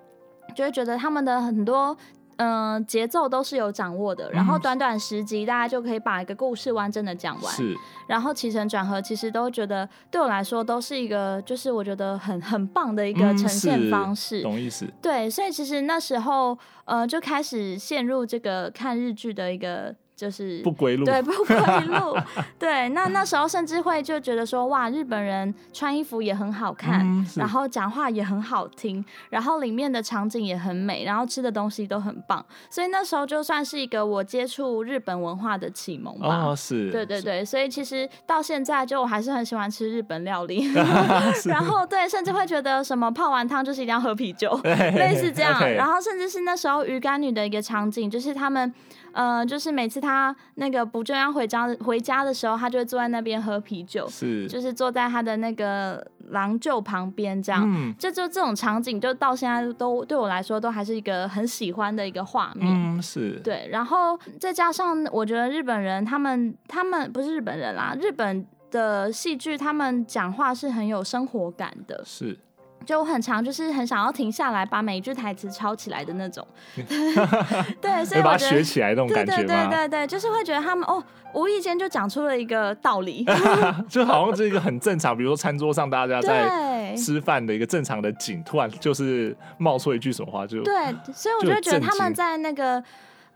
Speaker 2: 就会觉得他们的很多嗯节、奏都是有掌握的，然后
Speaker 1: 嗯
Speaker 2: 短短十集，大家就可以把一个故事完整的讲完，
Speaker 1: 是
Speaker 2: 然后起承转合，其实都觉得对我来说都是一个，就是我觉得很很棒的一个
Speaker 1: 嗯
Speaker 2: 呈现
Speaker 1: 是
Speaker 2: 方式。
Speaker 1: 懂意思。
Speaker 2: 对，所以其实那时候呃就开始陷入这个看日剧的一个就是
Speaker 1: 不归路，
Speaker 2: 对，不归 路。对，那那时候甚至会就觉得说，哇，日本人穿衣服也很好看，
Speaker 1: 嗯是
Speaker 2: 然后讲话也很好听，然后里面的场景也很美，然后吃的东西都很棒，所以那时候就算是一个我接触日本文化的启蒙吧。
Speaker 1: 哦，是，
Speaker 2: 对对
Speaker 1: 是，
Speaker 2: 对，所以其实到现在，就我还是很喜欢吃日本料 理，
Speaker 1: 啊
Speaker 2: 然后对，甚至会觉得什么泡完汤就是一定要喝啤酒， 类似这 样。
Speaker 1: OK
Speaker 2: 然后甚至是那时候鱼干女的一个场景，就是他们。呃，就是每次她那个不正央回家回家的时候，她就会坐在那边喝啤酒，
Speaker 1: 是，
Speaker 2: 就是坐在她的那个郎舅旁边这样。
Speaker 1: 嗯
Speaker 2: 这就这种场景，就到现在都对我来说都还是一个很喜欢的一个画面。
Speaker 1: 嗯是，
Speaker 2: 对，然后再加上我觉得日本人他们他们不是日本人啦，日本的戏剧他们讲话是很有生活感的，
Speaker 1: 是，
Speaker 2: 就我很常就是很想要停下来把每一句台词抄起来的 那种。 对，所以
Speaker 1: 要把它
Speaker 2: 我觉
Speaker 1: 学
Speaker 2: 得。
Speaker 1: 起来那种
Speaker 2: 对
Speaker 1: 感觉
Speaker 2: 对对
Speaker 1: 吗？
Speaker 2: 对对，就是会觉得他们哦，无意间就讲出了一个 道理。
Speaker 1: 就好像是一个很正常，比如说餐桌上大家在
Speaker 2: 对
Speaker 1: 吃饭的一个正常的景，突然就是冒出一句什么话，就
Speaker 2: 对，所以我
Speaker 1: 啊就
Speaker 2: 就
Speaker 1: 很
Speaker 2: 觉得
Speaker 1: 震
Speaker 2: 他们
Speaker 1: 惊
Speaker 2: 在那个。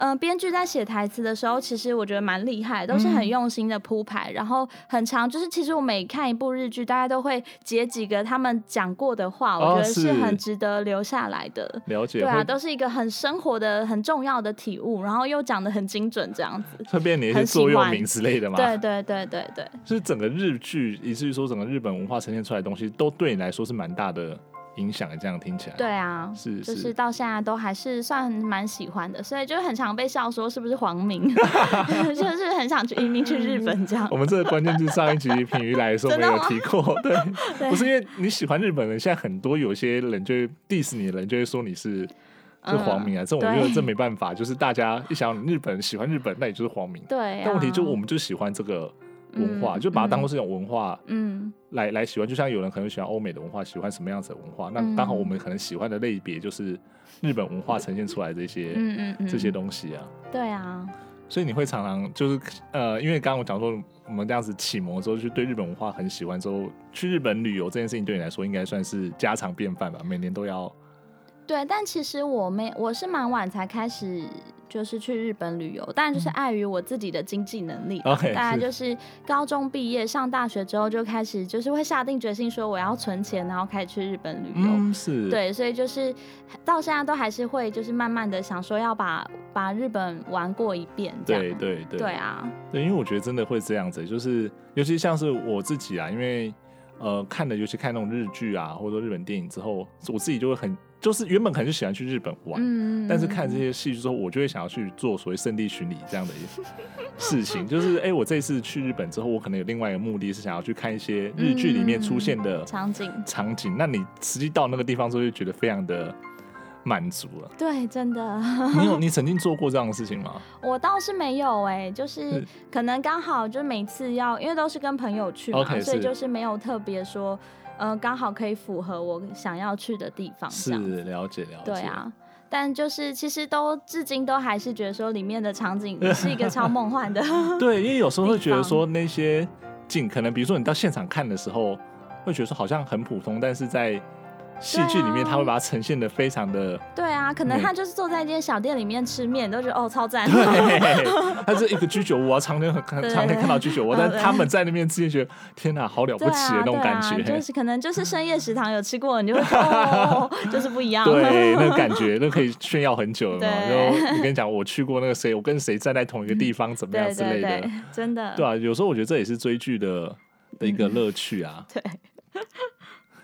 Speaker 2: 嗯，编剧在写台词的时候，其实我觉得蛮厉害，都是
Speaker 1: 嗯
Speaker 2: 很用心的铺排，然后很长，就是其实我每看一部日剧，大家都会截几个他们讲过的话，
Speaker 1: 哦
Speaker 2: 我觉得是
Speaker 1: 是
Speaker 2: 很值得留下来的。
Speaker 1: 了解，
Speaker 2: 对啊，
Speaker 1: 会
Speaker 2: 都是一个很生活的、很重要的体悟，然后又讲的很精准，这样子。
Speaker 1: 会变你一些
Speaker 2: 很喜
Speaker 1: 座右
Speaker 2: 欢
Speaker 1: 铭之类的嘛？
Speaker 2: 对对对对对，
Speaker 1: 就是整个日剧，以至于说整个日本文化呈现出来的东西，都对你来说是蛮大的影响。这样听起来，
Speaker 2: 对，啊。
Speaker 1: 是
Speaker 2: 就是是到现在都还是算蛮喜欢的，所以就很常被笑说是不是 皇民， 就是很想去移民去日本这样
Speaker 1: 我。们这个关键字上一集品鱼来的时候
Speaker 2: 真
Speaker 1: 没
Speaker 2: 的
Speaker 1: 有
Speaker 2: 吗
Speaker 1: 提过， 对，
Speaker 2: 对
Speaker 1: 不是因为你喜欢日本人，现在很多有些人就会 diss 你的人就会说你是是黄民啊，这种我觉得
Speaker 2: 嗯对
Speaker 1: 这没办法，就是大家一想你日本人喜欢日本，那你就是黄民。
Speaker 2: 对、啊，
Speaker 1: 但问题就我们就喜欢这个文化，
Speaker 2: 嗯
Speaker 1: 就把它当做是一种文化
Speaker 2: 嗯
Speaker 1: 来来喜欢，就像有人可能喜欢欧美的文化，喜欢什么样子的文化，那
Speaker 2: 嗯
Speaker 1: 刚好我们可能喜欢的类别就是日本文化呈现出来的一些、
Speaker 2: 嗯嗯嗯，
Speaker 1: 这些东西啊。
Speaker 2: 对啊，
Speaker 1: 所以你会常常就是呃，因为刚刚我讲说我们这样子启蒙之后，就对日本文化很喜欢之后，去日本旅游这件事情对你来说应该算是家常便饭吧，每年都要
Speaker 2: 对，但其实我没，我是蛮晚才开始。就是去日本旅游，当然就是碍于我自己的经济能力，
Speaker 1: OK，
Speaker 2: 大
Speaker 1: 嗯哦
Speaker 2: 概
Speaker 1: 是
Speaker 2: 就是高中毕业上大学之后就开始，就是会下定决心说我要存钱，然后开始去日本旅游。
Speaker 1: 嗯是，
Speaker 2: 对，所以就是到现在都还是会，就是慢慢的想说要把把日本玩过一遍这样。
Speaker 1: 对对对
Speaker 2: 对啊，
Speaker 1: 对，因为我觉得真的会这样子，就是尤其像是我自己啊，因为呃看了尤其看那种日剧啊，或者说日本电影之后，我自己就会很就是原本可能就喜欢去日本玩，
Speaker 2: 嗯，
Speaker 1: 但是看这些戏剧之后，我就会想要去做所谓圣地巡礼这样的一 事情。就是，哎、我这次去日本之后，我可能有另外一个目的是想要去看一些日剧里面出现的
Speaker 2: 嗯场景，
Speaker 1: 场景。那你实际到那个地方之后，就觉得非常的满足 了。
Speaker 2: 对，真的。
Speaker 1: 你有你曾经做过这样的事情吗？
Speaker 2: 我倒是没有哎、就是
Speaker 1: 是
Speaker 2: 可能刚好就每次要，因为都是跟朋友去嘛
Speaker 1: OK，
Speaker 2: 所以
Speaker 1: 是
Speaker 2: 就是没有特别说，呃，刚好可以符合我想要去的地方这
Speaker 1: 是
Speaker 2: 样。
Speaker 1: 了解了解，
Speaker 2: 对，啊，但就是其实都至今都还是觉得说里面的场景是一个超梦幻 的。
Speaker 1: 对，因为有时候会觉得
Speaker 2: 地方
Speaker 1: 说那些景，可能比如说你到现场看的时候，会觉得说好像很普通，但是在戏剧里面，
Speaker 2: 对啊
Speaker 1: 他会把它呈现的非常的，
Speaker 2: 对啊，可能
Speaker 1: 嗯
Speaker 2: 他就是坐在一间小店里面吃面，都觉得哦 超赞。
Speaker 1: 对，它是一个居酒屋啊，常年很看
Speaker 2: 对
Speaker 1: 常年看到居酒屋，但
Speaker 2: 对
Speaker 1: 他们在那边之前觉得天哪，好了不
Speaker 2: 对
Speaker 1: 起的
Speaker 2: 啊，
Speaker 1: 那种
Speaker 2: 对
Speaker 1: 感
Speaker 2: 啊，
Speaker 1: 觉，
Speaker 2: 就是可能就是深夜食堂有吃过，你就会说哦，就是不一样。
Speaker 1: 对， 那个感觉，那可以炫耀很久了嘛。
Speaker 2: 对
Speaker 1: 就我跟你讲，我去过那个谁，我跟谁站在同一个地方，怎么样
Speaker 2: 对
Speaker 1: 之类
Speaker 2: 对
Speaker 1: 的。
Speaker 2: 对，真的。
Speaker 1: 对啊，有时候我觉得这也是追剧的的一个乐趣啊。
Speaker 2: 对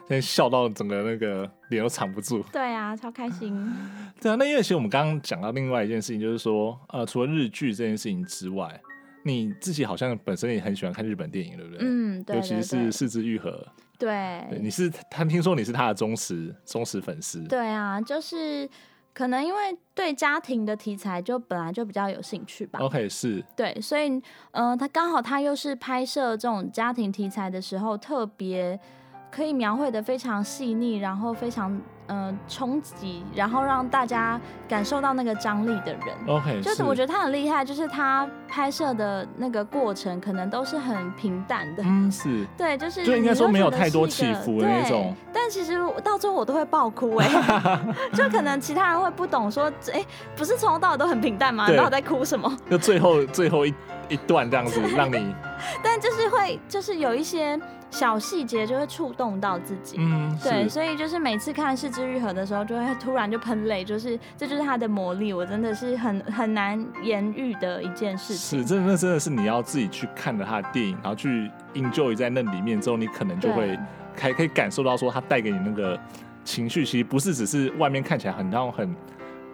Speaker 1: 现在笑到整个那个脸都藏不住。
Speaker 2: 对啊，超开心。
Speaker 1: 对啊，那因为其实我们刚刚讲到另外一件事情，就是说，呃，除了日剧这件事情之外，你自己好像本身也很喜欢看日本电影，对不对？
Speaker 2: 嗯，对
Speaker 1: 尤其
Speaker 2: 对
Speaker 1: 是
Speaker 2: 对，
Speaker 1: 四肢愈合，对，
Speaker 2: 对
Speaker 1: 你是他听说你是他的忠实忠实粉丝，
Speaker 2: 对啊，就是可能因为对家庭的题材就本来就比较有兴趣吧。
Speaker 1: ，OK，是
Speaker 2: 对，所以呃，他刚好他又是拍摄这种家庭题材的时候，特别可以描绘的非常细腻，然后非常呃冲击，然后让大家感受到那个张力的人。
Speaker 1: OK，
Speaker 2: 就是是我觉得他很厉害，就是他拍摄的那个过程可能都是很平淡的，
Speaker 1: 嗯是。
Speaker 2: 对，就是
Speaker 1: 就应该
Speaker 2: 你
Speaker 1: 说没有
Speaker 2: 觉得
Speaker 1: 太多
Speaker 2: 是一个
Speaker 1: 起伏的那
Speaker 2: 对
Speaker 1: 种
Speaker 2: 但其实我到最后我都会爆 哭哎、就可能其他人会不懂说，哎、不是从头到尾都很平淡吗？
Speaker 1: 对
Speaker 2: 然后在哭什么？
Speaker 1: 就最后最后一一段这样子，让你
Speaker 2: 但就是会，就是有一些小细节就会触动到自己。
Speaker 1: 嗯，
Speaker 2: 对，
Speaker 1: 是
Speaker 2: 所以就是每次看《四肢愈合》的时候，就会突然就喷泪，就是这就是他的魔力，我真的是很很难言喻的一件事情。
Speaker 1: 是，真的那真的是你要自己去看了他的电影，然后去 enjoy 在那里面之后，你可能就会
Speaker 2: 对
Speaker 1: 还可以感受到说他带给你那个情绪，其实不是只是外面看起来很那种很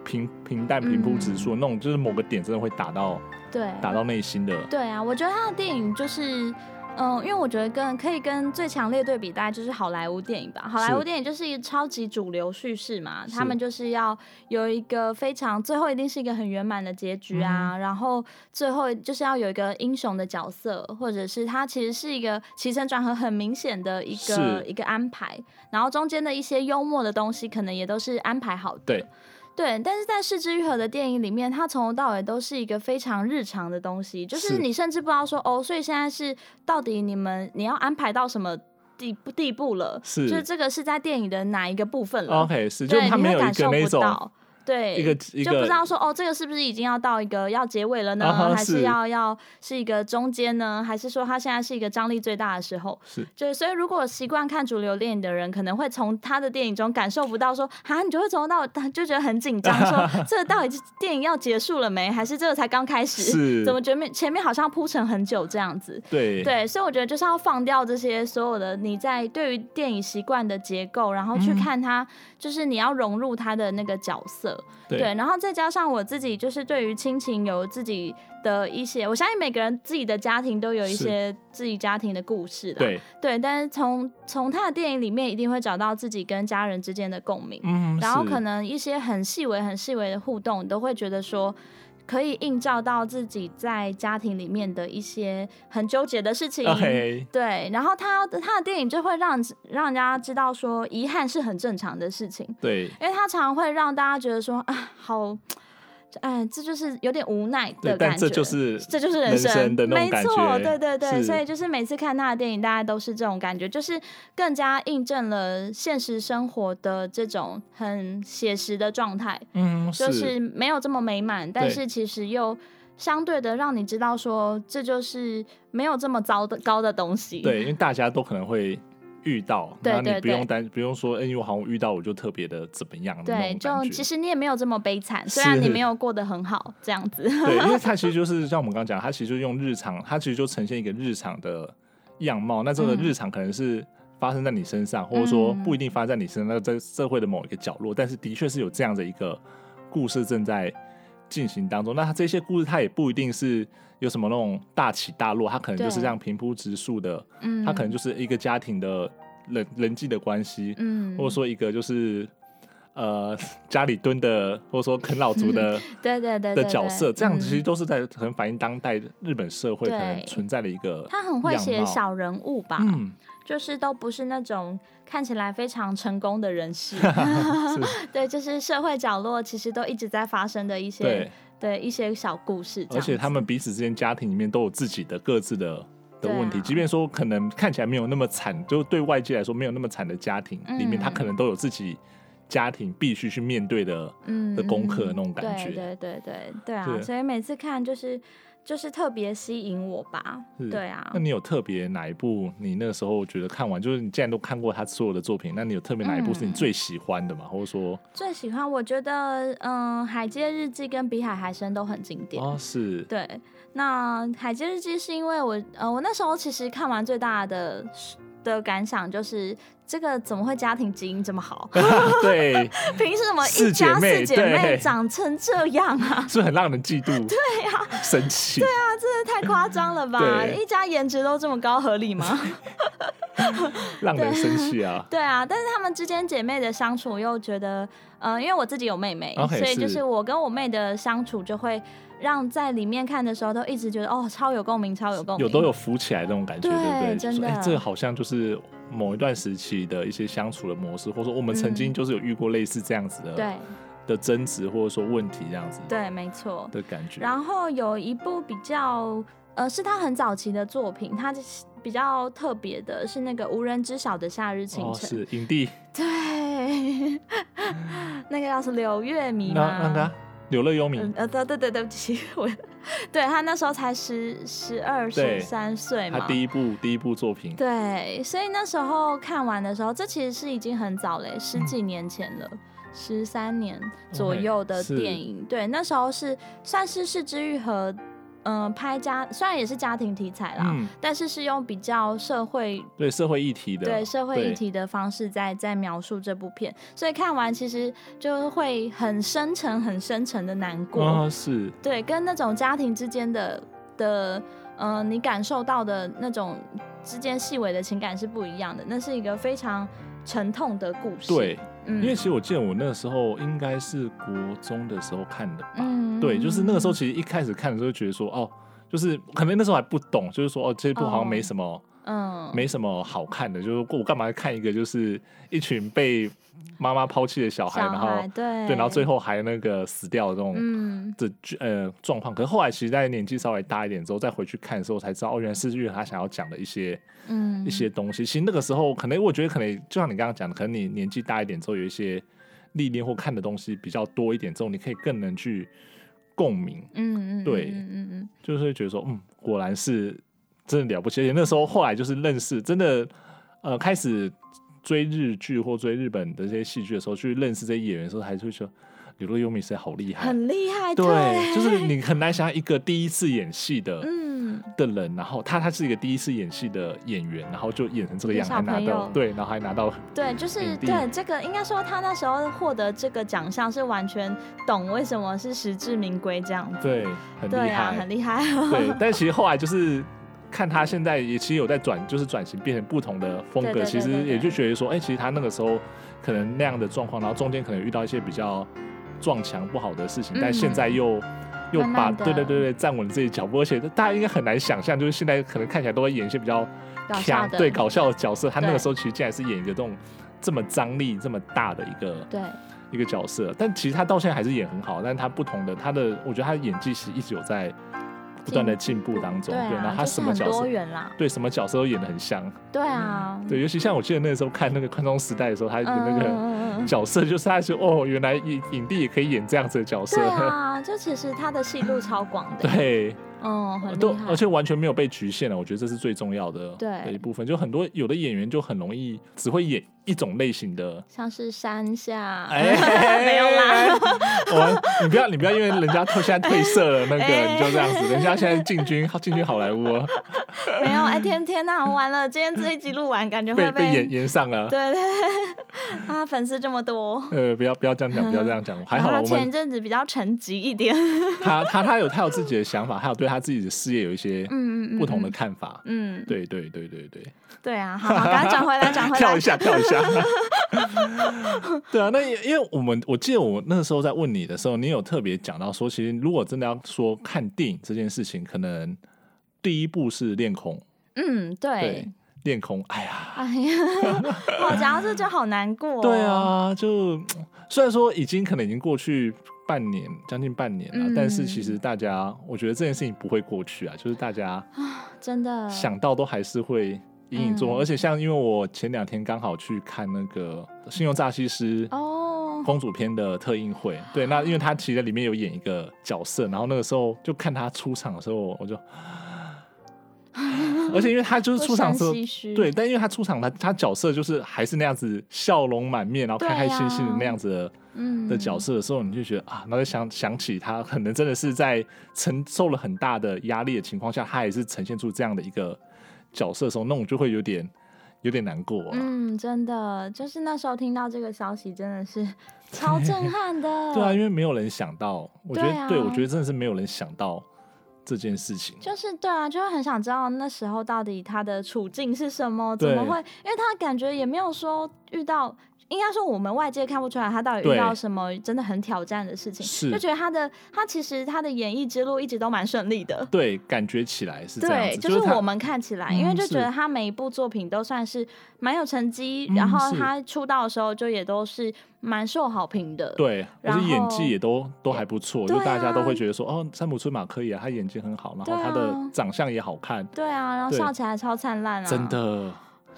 Speaker 1: 平平淡平铺直
Speaker 2: 嗯
Speaker 1: 述、那种，就是某个点真的会打到
Speaker 2: 对，
Speaker 1: 打到内心的。
Speaker 2: 对啊，我觉得他的电影就是，嗯、因为我觉得跟可以跟最强烈对比，大概就是好莱坞电影吧。好莱坞
Speaker 1: 是
Speaker 2: 电影就是一个超级主流叙事嘛，
Speaker 1: 是
Speaker 2: 他们就是要有一个非常最后一定是一个很圆满的结局
Speaker 1: 嗯
Speaker 2: 啊，然后最后就是要有一个英雄的角色，或者是他其实是一个起承转合很明显的一个
Speaker 1: 是
Speaker 2: 一个安排，然后中间的一些幽默的东西可能也都是安排好的。
Speaker 1: 对
Speaker 2: 对，但是在《失之愈合》的电影里面，它从头到尾都是一个非常日常的东西，就是
Speaker 1: 是
Speaker 2: 你甚至不知道说哦，所以现在是到底你们你要安排到什么地地步了？
Speaker 1: 是
Speaker 2: 就是这个是在电影的哪一个部分了
Speaker 1: OK，是，就
Speaker 2: 对，
Speaker 1: 是他
Speaker 2: 你
Speaker 1: 没
Speaker 2: 会
Speaker 1: 有一
Speaker 2: 感
Speaker 1: 个
Speaker 2: 受
Speaker 1: 那
Speaker 2: 不
Speaker 1: 种
Speaker 2: 到。对，
Speaker 1: 一个一
Speaker 2: 就不知
Speaker 1: 个
Speaker 2: 道说哦，这个是不是已经要到一个要结尾了呢？
Speaker 1: 啊哈
Speaker 2: 还
Speaker 1: 是
Speaker 2: 是要要是一个中间呢？还是说它现在是一个张力最大的时候？
Speaker 1: 是，
Speaker 2: 就是所以如果习惯看主流电影的人，可能会从他的电影中感受不到说啊，你就会从头到尾就觉得很紧张， 说这到底是电影要结束了没？还是这个才刚开始？
Speaker 1: 是
Speaker 2: 怎么觉得前面好像铺陈很久这样子？
Speaker 1: 对
Speaker 2: 对，所以我觉得就是要放掉这些所有的你在对于电影习惯的结构，然后去
Speaker 1: 嗯
Speaker 2: 看它，就是你要融入他的那个角色，对，然后再加上我自己就是对于亲情有自己的一些，我相信每个人自己的家庭都有一
Speaker 1: 是
Speaker 2: 些自己家庭的故事啦，
Speaker 1: 对，
Speaker 2: 对，但是从从他的电影里面一定会找到自己跟家人之间的共鸣，
Speaker 1: 嗯，
Speaker 2: 然后
Speaker 1: 是
Speaker 2: 可能一些很细微、很细微的互动，都会觉得说可以映照到自己在家庭里面的一些很纠结的事情。
Speaker 1: 啊 OK
Speaker 2: 对，然后他他的电影就会让让人家知道说，遗憾是很正常的事情，
Speaker 1: 对
Speaker 2: 因为他常会让大家觉得说啊，好，哎，这就是有点无奈
Speaker 1: 对
Speaker 2: 的，感
Speaker 1: 但
Speaker 2: 觉。
Speaker 1: 这就是
Speaker 2: 这就是人
Speaker 1: 人
Speaker 2: 生
Speaker 1: 生的那种
Speaker 2: 没
Speaker 1: 感
Speaker 2: 错，
Speaker 1: 觉
Speaker 2: 对对对，
Speaker 1: 是
Speaker 2: 所以就是每次看他的电影，大家都是这种感觉，就是更加印证了现实生活的这种很写实的状态，
Speaker 1: 嗯
Speaker 2: 就是没有这么美满，但是其实又相对的让你知道说，这就是没有这么糟的高的东西。
Speaker 1: 对，因为大家都可能会遇到，
Speaker 2: 对
Speaker 1: 然后你
Speaker 2: 对
Speaker 1: 不
Speaker 2: 对
Speaker 1: 用担，不用说，哎、因为我好像遇到我就特别的怎么样的那
Speaker 2: 对，
Speaker 1: 种
Speaker 2: 就
Speaker 1: 感
Speaker 2: 其
Speaker 1: 觉。
Speaker 2: 实你也没有这么悲惨，虽然
Speaker 1: 是
Speaker 2: 你没有过得很好，这样子。
Speaker 1: 对，因为它其实就是像我们刚刚讲，它其实就用日常，它其实就呈现一个日常的样貌。那这个
Speaker 2: 嗯
Speaker 1: 日常可能是发生在你身上，或者说
Speaker 2: 嗯
Speaker 1: 不一定发生在你身上，在社会的某一个角落，但是的确是有这样的一个故事正在进行当中。那它这些故事，它也不一定是有什么那种大起大落，它可能就是
Speaker 2: 对
Speaker 1: 这样平铺直述的，
Speaker 2: 嗯，
Speaker 1: 它可能就是一个家庭的人人际的关系，
Speaker 2: 嗯，
Speaker 1: 或者说一个就是呃 家里蹲的，或者说啃老族的
Speaker 2: 对对对
Speaker 1: 的
Speaker 2: 对
Speaker 1: 角
Speaker 2: 对
Speaker 1: 色，这样其
Speaker 2: 嗯
Speaker 1: 实都是在很反映当代日本社会可能
Speaker 2: 对
Speaker 1: 存在的一个。
Speaker 2: 他很会写
Speaker 1: 样貌
Speaker 2: 小人物吧？
Speaker 1: 嗯，
Speaker 2: 就是都不是那种看起来非常成功的人士，
Speaker 1: 是，
Speaker 2: 对，就是社会角落其实都一直在发生的一些
Speaker 1: 对，
Speaker 2: 对一些小故事
Speaker 1: 而
Speaker 2: 这样子，
Speaker 1: 且他们彼此之间家庭里面都有自己的各自的的问题，
Speaker 2: 对啊
Speaker 1: 即便说可能看起来没有那么惨，就对外界来说没有那么惨的家庭、里面，
Speaker 2: 嗯
Speaker 1: 他可能都有自己家庭必须去面对的
Speaker 2: 嗯
Speaker 1: 的功课
Speaker 2: 嗯
Speaker 1: 那种感觉
Speaker 2: 对对对对对啊！
Speaker 1: 对
Speaker 2: 所以每次看就是就是特别吸引我吧，
Speaker 1: 是
Speaker 2: 对啊
Speaker 1: 那。你有特别哪一部？你那个时候觉得看完，就是你既然都看过他所有的作品，那你有特别哪一部是你
Speaker 2: 嗯
Speaker 1: 最喜欢的吗？或者说，
Speaker 2: 最喜欢我觉得嗯，《海街日记》跟《比海还深》都很经典。
Speaker 1: 哦，是，
Speaker 2: 对，那《海街日记》是因为我呃，我那时候其实看完最大的的感想就是。这个怎么会家庭基因这么好？
Speaker 1: 对，
Speaker 2: 凭什么
Speaker 1: 四
Speaker 2: 一
Speaker 1: 姐
Speaker 2: 家
Speaker 1: 妹
Speaker 2: 四姐妹
Speaker 1: 对
Speaker 2: 长成这样啊？
Speaker 1: 是不是很让人嫉妒，对呀、 生气，对啊，
Speaker 2: 这太夸张了吧！
Speaker 1: 对
Speaker 2: 一家颜值都这么高，合理吗？
Speaker 1: 让人生气啊。
Speaker 2: 对啊，但是她们之间姐妹的相处又觉得，呃，因为我自己有妹妹
Speaker 1: OK，
Speaker 2: 所以就是是我跟我妹的相处就会让在里面看的时候都一直觉得哦，超有共鸣，超有共鸣，
Speaker 1: 有都有浮起来那种感觉，对
Speaker 2: 对
Speaker 1: 不对？
Speaker 2: 真
Speaker 1: 就说哎
Speaker 2: 的
Speaker 1: 这个好像就是某一段时期的一些相处的模式，或者说我们曾经
Speaker 2: 嗯
Speaker 1: 就是有遇过类似这样子的、
Speaker 2: 对
Speaker 1: 的争执，或者说问题这样子
Speaker 2: 对，没错。
Speaker 1: 的感觉。哦
Speaker 2: 然后有一部比较，呃，是他很早期的作品，他是比较特别的是那个无人知晓的夏日清
Speaker 1: 哦，
Speaker 2: 晨，
Speaker 1: 是影帝，
Speaker 2: 对， 那个叫是柳月迷吗？
Speaker 1: 那那个啊柳乐优弥，
Speaker 2: 嗯呃，对对对，对不起，我 对他那时候才十十二
Speaker 1: 对
Speaker 2: 十三岁
Speaker 1: 他
Speaker 2: 嘛，
Speaker 1: 第一部第一部作品，
Speaker 2: 对，所以那时候看完的时候，这其实是已经很早嘞，十
Speaker 1: 嗯
Speaker 2: 几年前了。十三年左右的
Speaker 1: 是
Speaker 2: 电影对，那时候是算是是之愈合，嗯、拍家虽然也是家庭题材啦，
Speaker 1: 嗯，
Speaker 2: 但是是用比较社会
Speaker 1: 对社会议题的，
Speaker 2: 对社会议
Speaker 1: 对，
Speaker 2: 题的方式在在描述这部片，所以看完其实就会很深沉、很深沉的难过，
Speaker 1: 哦，是
Speaker 2: 对，跟那种家庭之间的的，呃，你感受到的那种之间细微的情感是不一样的，那是一个非常沉痛的故事，
Speaker 1: 对，
Speaker 2: 嗯，
Speaker 1: 因为其实我记得我那个时候应该是国中的时候看的吧，
Speaker 2: 嗯
Speaker 1: 对，就是那个时候，其实一开始看的时候就觉得说，哦，就是可能那时候还不懂，就是说哦，这部好像没什么、
Speaker 2: 嗯，
Speaker 1: 没什么好看的，就是我干嘛看一个就是一群被妈妈抛弃的小孩，
Speaker 2: 小
Speaker 1: 然后
Speaker 2: 对
Speaker 1: 对，然后最
Speaker 2: 后
Speaker 1: 后还那个死掉的这种。
Speaker 2: 嗯，
Speaker 1: 的呃状况，可是后来其实，在年纪稍微大一点之后，再回去看的时候，才知道哦，原来是因为他想要讲的一些
Speaker 2: 嗯
Speaker 1: 一些东西。其实那个时候，可能我觉得可能就像你刚刚讲的，可能你年纪大一点之后，有一些历练或看的东西比较多一点之后，你可以更能去共鸣，
Speaker 2: 嗯嗯
Speaker 1: 对
Speaker 2: 嗯嗯嗯
Speaker 1: 就是会觉得说，嗯，果然是真的了不起。而且那时候后来就是认识，真的呃开始追日剧或追日本的这些戏剧的时候，去认识这些演员的时候，还是会说柳乐优弥实在好厉
Speaker 2: 嗯，
Speaker 1: 害。啊
Speaker 2: 很厉害，
Speaker 1: 对，就是你很难想象一个第一次演戏的、
Speaker 2: 嗯，
Speaker 1: 的人，然后他他是一个第一次演戏的演员，然后就演成这个样，
Speaker 2: 一个
Speaker 1: 还
Speaker 2: 小
Speaker 1: 拿
Speaker 2: 朋
Speaker 1: 到
Speaker 2: 友
Speaker 1: 对，然后还拿到
Speaker 2: 对，就是
Speaker 1: 影帝
Speaker 2: 对这个，应该说他那时候获得这个奖项是完全懂为什么是实至名归这样子，
Speaker 1: 对，很
Speaker 2: 对
Speaker 1: 厉
Speaker 2: 啊，
Speaker 1: 害
Speaker 2: 很，厉害，
Speaker 1: 对。但其实后来就是看他现在也其实有在转，就是转型变成不同的风格，
Speaker 2: 对对对
Speaker 1: 其实
Speaker 2: 对对
Speaker 1: 也就觉得说，哎，其实他那个时候可能那样的状况，然后中间可能遇到一些比较撞墙不好的事情，但
Speaker 2: 嗯
Speaker 1: 现在又。又把
Speaker 2: 慢慢地
Speaker 1: 对对对对站稳了自己脚步，而且大家应该很难想象，就是现在可能看起来都会演一些比较
Speaker 2: 搞笑
Speaker 1: 强
Speaker 2: 的，
Speaker 1: 对搞笑的角色，他那个
Speaker 2: 对
Speaker 1: 时候其实竟然是演一个这种这么张力这么大的一个
Speaker 2: 对
Speaker 1: 一个角色，但其实他到现在还是演很好，但他不同的他的，我觉得他的演技是一直有在不断的进步当中，
Speaker 2: 对
Speaker 1: 对，然
Speaker 2: 啊
Speaker 1: 后，他
Speaker 2: 就是
Speaker 1: 什么
Speaker 2: 很
Speaker 1: 角
Speaker 2: 多
Speaker 1: 色，
Speaker 2: 元啦，
Speaker 1: 对什么角色都演的很像，
Speaker 2: 对啊，
Speaker 1: 对，尤其像我记得那时候看那个《宽松时代》的时候，他的那个
Speaker 2: 嗯，
Speaker 1: 角色就是他说哦，原来影影帝也可以演这样子的角色
Speaker 2: 对， 啊，就其实他的戏路超广的，，
Speaker 1: 对，
Speaker 2: 嗯，很
Speaker 1: 都哦
Speaker 2: 厉害，
Speaker 1: 而且完全没有被局限了，我觉得这是最重要的
Speaker 2: 对
Speaker 1: 的一部分。就很多有的演员就很容易只会演一种类型的，
Speaker 2: 像是山 下，
Speaker 1: 没
Speaker 2: 没有啦，
Speaker 1: 哎 我你不要你不要因为人家退现在褪色了那个
Speaker 2: 哎
Speaker 1: 你就这样子，人家现在进军 进军好莱坞 哦
Speaker 2: 没有，哎，天天那完了，今天这一集录完，感觉
Speaker 1: 被
Speaker 2: 会
Speaker 1: 被演演上了。
Speaker 2: 对 对，啊，粉丝这么多。
Speaker 1: 呃，不要不要这样
Speaker 2: 嗯
Speaker 1: 讲，不要这样讲，还好
Speaker 2: 然
Speaker 1: 啦
Speaker 2: 后
Speaker 1: 我
Speaker 2: 他前一
Speaker 1: 们
Speaker 2: 阵子比较沉寂 一点，
Speaker 1: 他他他有他有自己的想法，还有对他自己的事业有一些
Speaker 2: 嗯嗯嗯，
Speaker 1: 不同的，看法。
Speaker 2: 嗯，
Speaker 1: 对对对对对，
Speaker 2: 对啊，好，好，赶快转回 来，转回
Speaker 1: 跳
Speaker 2: 来
Speaker 1: 一，下，跳一下。 对啊，那也因为我们我记得我那个时候在问你的时候，你有特别讲到说，其实如果真的要说看电影这件事情，可能第一步是《恋空》，
Speaker 2: 嗯，对
Speaker 1: 对，，恋空，哎呀，
Speaker 2: 哎呀， 我讲到这就好难过、
Speaker 1: 对，啊，就虽然说已经可能已经过去半年，将近半年了，但是其
Speaker 2: 嗯
Speaker 1: 实大家，我觉得这件事情不会过去啊，就是大家
Speaker 2: 真的。
Speaker 1: 想到都还是会隐隐作痛，
Speaker 2: 嗯
Speaker 1: 而且像因为我前两天刚好去看那个《信用诈欺师》
Speaker 2: 哦，
Speaker 1: 公主篇的特映会，对，那因为他其实里面有演一个角色，然后那个时候就看他出场的时候，我就， 而且因为他就是出场的时候
Speaker 2: 会。伤唏嘘
Speaker 1: 对，，但因为他出场，他他角色就是还是那样子笑容满面，然后
Speaker 2: 对
Speaker 1: 开开心心的
Speaker 2: 啊
Speaker 1: 那样子的
Speaker 2: 嗯
Speaker 1: 的角，色的时候，你就觉得啊，然后就想想起他可能真的是在承受了很大的压力的情况下，他也是呈现出这样的一个角色的时候，那我就会有点有点难过、啊。
Speaker 2: 嗯，真的，就是那时候听到这个消息，真 的是超震撼的。
Speaker 1: 对啊，因为没有人想到，我觉得
Speaker 2: 哦对啊
Speaker 1: 对,、我觉得真的是没有人想到这件事情。
Speaker 2: 就是对啊，就会很想知道那时候到底他的处境是什么，怎
Speaker 1: 对
Speaker 2: 么会？因为他感觉也没有说遇到，应该说我们外界看不出来他到底
Speaker 1: 对
Speaker 2: 遇到什么真的很挑战的事情，
Speaker 1: 是
Speaker 2: 就觉得他的他其实他的演艺之路一直都蛮顺利的。
Speaker 1: 对，感觉起来是这样
Speaker 2: 对
Speaker 1: 子，，
Speaker 2: 就是
Speaker 1: 他
Speaker 2: 我们看起来，
Speaker 1: 嗯
Speaker 2: 因为就觉得
Speaker 1: 是
Speaker 2: 他每一部作品都算是蛮有成绩，
Speaker 1: 嗯
Speaker 2: 然后
Speaker 1: 是
Speaker 2: 他出道的时候就也都是蛮受好评的。
Speaker 1: 对，而
Speaker 2: 然
Speaker 1: 且演
Speaker 2: 后
Speaker 1: 技也都都还不错，
Speaker 2: 对
Speaker 1: 就大家都
Speaker 2: 啊
Speaker 1: 会觉得说，哦，山姆春马可以啊，他演技很好，然后
Speaker 2: 对
Speaker 1: 他的
Speaker 2: 啊
Speaker 1: 长相也好看，
Speaker 2: 对啊，然后
Speaker 1: 对
Speaker 2: 笑起来超灿烂啊，
Speaker 1: 真的。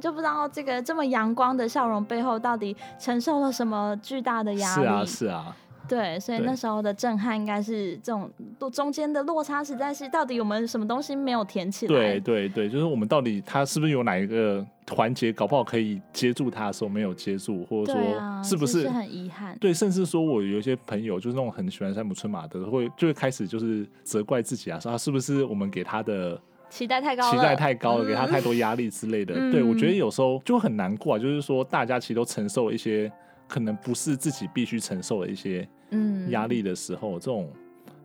Speaker 2: 就不知道这个这么阳光的笑容背后到底承受了什么巨大的压
Speaker 1: 是
Speaker 2: 力。
Speaker 1: 啊，是啊，
Speaker 2: 对，所以
Speaker 1: 对
Speaker 2: 那时候的震撼应该是这种中间的落差，实在是到底我们什么东西没有填起来？
Speaker 1: 对对对，就是我们到底他是不是有哪一个环节，搞不好可以接住他的时候没有接住，或者
Speaker 2: 对
Speaker 1: 说
Speaker 2: 啊，
Speaker 1: 是不
Speaker 2: 真
Speaker 1: 是？
Speaker 2: 是很遗憾？
Speaker 1: 对，甚至说我有一些朋友就是那种很喜欢山姆春马的，会就会开始就是责怪自己啊，说他是不是我们给他的
Speaker 2: 期待太高 了，
Speaker 1: 期待太高了，给
Speaker 2: 嗯
Speaker 1: 他太多压力之类的。对我觉得有时候就很难过啊，就是说大家其实都承受了一些可能不是自己必须承受的一些
Speaker 2: 嗯
Speaker 1: 压力的时候，这种